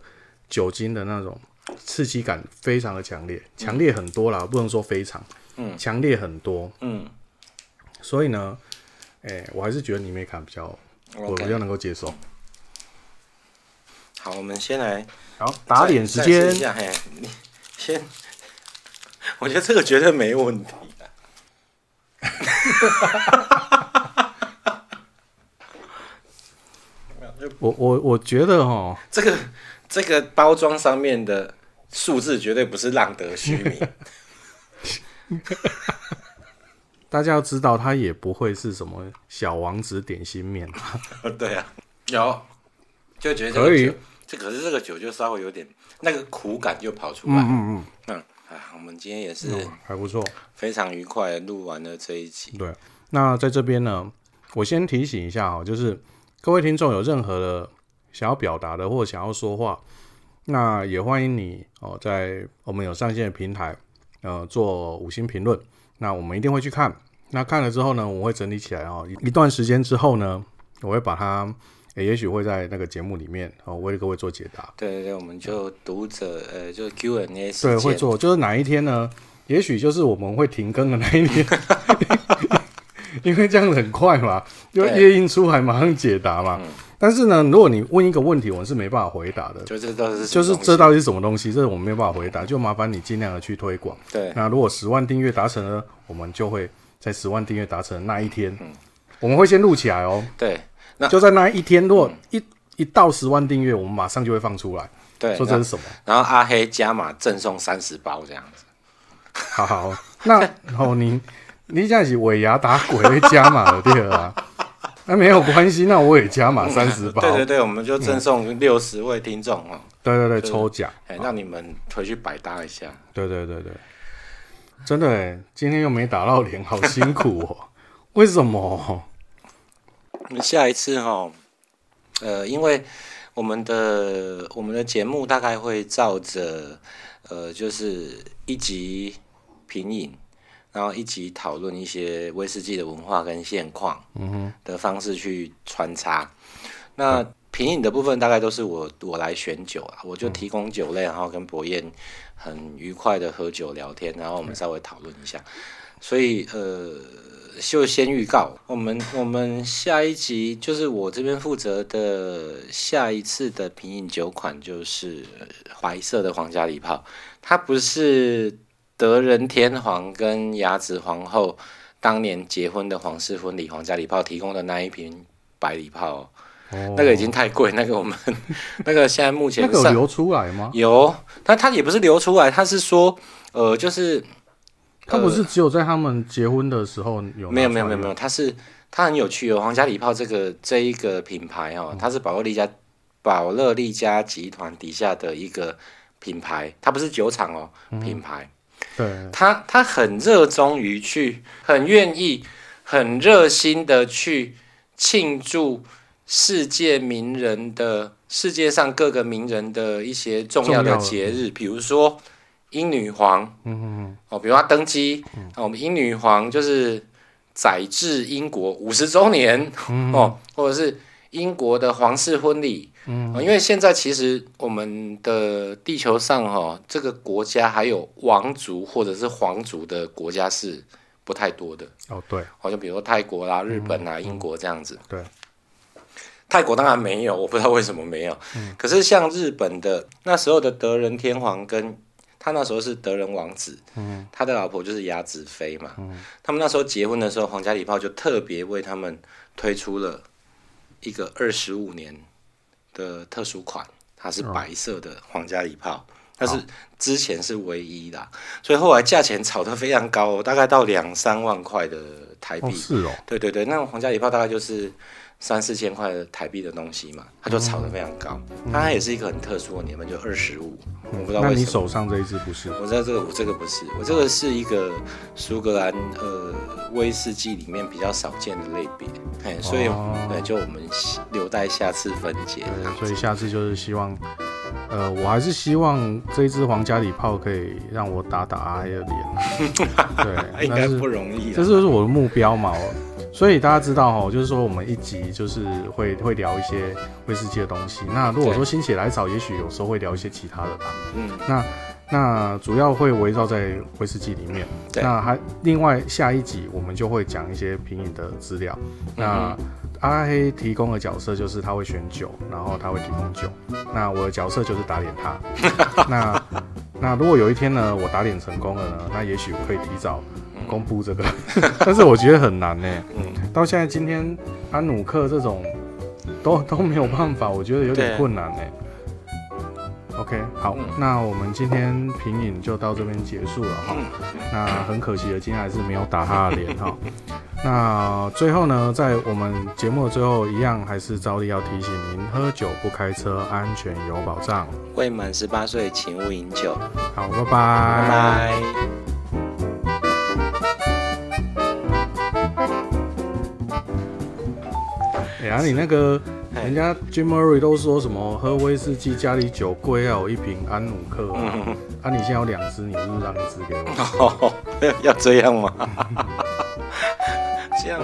Speaker 1: 酒精的那种刺激感非常的强烈，强烈很多啦，不能说非常，嗯，强烈很多。
Speaker 2: 嗯
Speaker 1: 所以呢，哎、我还是觉得泥煤感比较我比
Speaker 2: ，OK。
Speaker 1: 较能够接受。
Speaker 2: 好，我们先来
Speaker 1: 好，打脸时
Speaker 2: 再
Speaker 1: 间
Speaker 2: 试一。下，嘿，你先， 我觉得这个绝对没问题啊的。 没有就
Speaker 1: 我我我觉得哈，
Speaker 2: 这个这个包装上面的数字绝对不是浪得虚名，
Speaker 1: 大家要知道，它也不会是什么小王子点心面，
Speaker 2: 对啊，有就觉得这
Speaker 1: 可
Speaker 2: 个
Speaker 1: 以
Speaker 2: 酒，这可是这个酒就稍微有点那个苦感就跑出来。
Speaker 1: 嗯嗯
Speaker 2: 嗯，啊，我们今天也是
Speaker 1: 嗯，还不错。
Speaker 2: 非常愉快地录完了这一集。
Speaker 1: 对，那在这边呢，我先提醒一下哈，就是各位听众有任何的想要表达的或想要说话，那也欢迎你哦，在我们有上线的平台，呃，做五星评论，那我们一定会去看。那看了之后呢，我会整理起来哦，一一段时间之后呢，我会把它，诶也许会在那个节目里面哦，为各位做解答。
Speaker 2: 对对对，我们就读者呃，就 Q&A 时
Speaker 1: 对，
Speaker 2: 间，
Speaker 1: 会做，就是哪一天呢？也许就是我们会停更的那一天， 因为这样子很快嘛，就
Speaker 2: 对
Speaker 1: 夜印出来马上解答嘛。但是呢，如果你问一个问题，我们是没办法回答的，
Speaker 2: 就这都是
Speaker 1: 就是
Speaker 2: 这
Speaker 1: 这到底是什么东西，这我们没办法回答，就麻烦你尽量的去推广。
Speaker 2: 对
Speaker 1: 那如果十万订阅达成了，我们就会在十万订阅达成的那一天，我们会先录起来哦，
Speaker 2: 对那
Speaker 1: 就在那一天，如果一一到十万订阅，我们马上就会放出来，
Speaker 2: 对。
Speaker 1: 说这
Speaker 2: 然
Speaker 1: 是
Speaker 2: 后
Speaker 1: 什么。
Speaker 2: 然后阿黑加码赠送三十包这样子，
Speaker 1: 好好，那然后你你这样子尾牙打鬼会加码的对啊，那没有关系，那我也加码三十包， 嗯
Speaker 2: 对嗯对对，我们就赠送六十位听众哦，
Speaker 1: 对对对，抽奖，
Speaker 2: 哎，让你们回去百搭一下。
Speaker 1: 对对对对，真的耶，今天又没打到脸，好辛苦哦， 为什么？
Speaker 2: 那下一次哈，呃，因为我们的我们的节目大概会照着呃，就是一集品饮，然后一集讨论一些威士忌的文化跟现况，嗯哼，的方式去穿插。那品饮的部分大概都是我我来选酒啊，我就提供酒类，然后跟博彦很愉快的喝酒聊天，然后我们稍微讨论一下。所以呃，就先预告，我们我们下一集就是我这边负责的下一次的品饮酒款就是呃白色的皇家礼炮，它不是德仁天皇跟雅子皇后当年结婚的皇室婚礼皇家礼炮提供的那一瓶白礼炮、哦，
Speaker 1: 哦，
Speaker 2: 那个已经太贵，那个我们 那个现在目前
Speaker 1: 那个有
Speaker 2: 上
Speaker 1: 流出来吗？
Speaker 2: 有，但它也不是流出来，它是说呃就是
Speaker 1: 他不是只有在他们结婚的时候有拿出来吗？
Speaker 2: 呃没有没有没有没有，它是它很有趣哦。皇家礼炮这个这一个品牌
Speaker 1: 嗯
Speaker 2: 哦，它是保乐利家保乐利家集团底下的一个品牌，它不是酒厂哦，
Speaker 1: 嗯
Speaker 2: 品牌。
Speaker 1: 对，
Speaker 2: 他他很热衷于去，很愿意，很热心的去庆祝世界名人的世界上各个名人的一些重要
Speaker 1: 重
Speaker 2: 的
Speaker 1: 要的
Speaker 2: 节日，比如说嗯哦英女皇，嗯嗯哦，比如她登基，啊、我们英女皇就是载至英国五十周年、哦，或者是英国的皇室婚礼。嗯、因为现在其实我们的地球上哈、哦，这个国家还有王族或者是皇族的国家是不太多的，
Speaker 1: 哦，对，
Speaker 2: 好、像比如说泰国啦、日本啦、英国这样子。
Speaker 1: 对，
Speaker 2: 泰国当然没有，我不知道为什么没有。可是像日本的那时候的德仁天皇跟他那时候是德仁王子，他的老婆就是雅子妃嘛。他们那时候结婚的时候，皇家礼炮就特别为他们推出了一个二十五年的特殊款，它是白色的皇家礼炮，但是之前是唯一的，啊所以后来价钱炒得非常高、哦，大概到两三万块的台币。
Speaker 1: 哦，是哦，
Speaker 2: 对对对，那种皇家礼炮大概就是三四千块台币的东西嘛，它就炒得非常高。但它也是一个很特殊的年份，就二十五，我不知道
Speaker 1: 嗯那
Speaker 2: 为
Speaker 1: 你
Speaker 2: 什
Speaker 1: 手
Speaker 2: 么。
Speaker 1: 上这一只不是？
Speaker 2: 我知道这个，我这个不是，我这个是一个苏格兰呃威士忌里面比较少见的类别，哎，所以、
Speaker 1: 哦
Speaker 2: 对，就我们留待下次分解这样
Speaker 1: 所
Speaker 2: 子。
Speaker 1: 以下次就是希望，呃，我还是希望这一只皇家礼炮可以让我打打阿黑的 脸。对，
Speaker 2: 应
Speaker 1: 但
Speaker 2: 该
Speaker 1: 是
Speaker 2: 不容易啊，
Speaker 1: 这就是我的目标嘛。我所以大家知道哦，就是说我们一集就是会会聊一些威士忌的东西。那如果说
Speaker 2: 对
Speaker 1: 心血来潮，也许有时候会聊一些其他的吧。
Speaker 2: 嗯，
Speaker 1: 那那主要会围绕在威士忌里面。
Speaker 2: 对
Speaker 1: 那还另外下一集我们就会讲一些品饮的资料。那阿黑提供的角色就是他会选酒，然后他会提供酒。那我的角色就是打脸他。 那那如果有一天呢，我打脸成功了呢，那也许可以提早公布这个， 但是我觉得很难呢、
Speaker 2: 嗯，
Speaker 1: 到现在今天安努克这种都 都没有办法，我觉得有点
Speaker 2: 对
Speaker 1: 困难呢、OK，好，
Speaker 2: 嗯
Speaker 1: 那我们今天评影就到这边结束了哈。
Speaker 2: 嗯
Speaker 1: 那很可惜的，今天还是没有打他的脸 哈。那最后呢，在我们节目的最后一样，还是照例要提醒您：喝酒不开车，安全有保障。
Speaker 2: 未满十八岁请勿饮酒，
Speaker 1: 好，拜拜。
Speaker 2: 拜拜。
Speaker 1: 哎呀，你那个
Speaker 2: 嘿
Speaker 1: 人家 Jim Murray 都说什么喝威士忌家里酒贵要有一瓶安努克啊，啊你现在有两支，你是不是 让一支给我？
Speaker 2: 哦，要这样吗？这样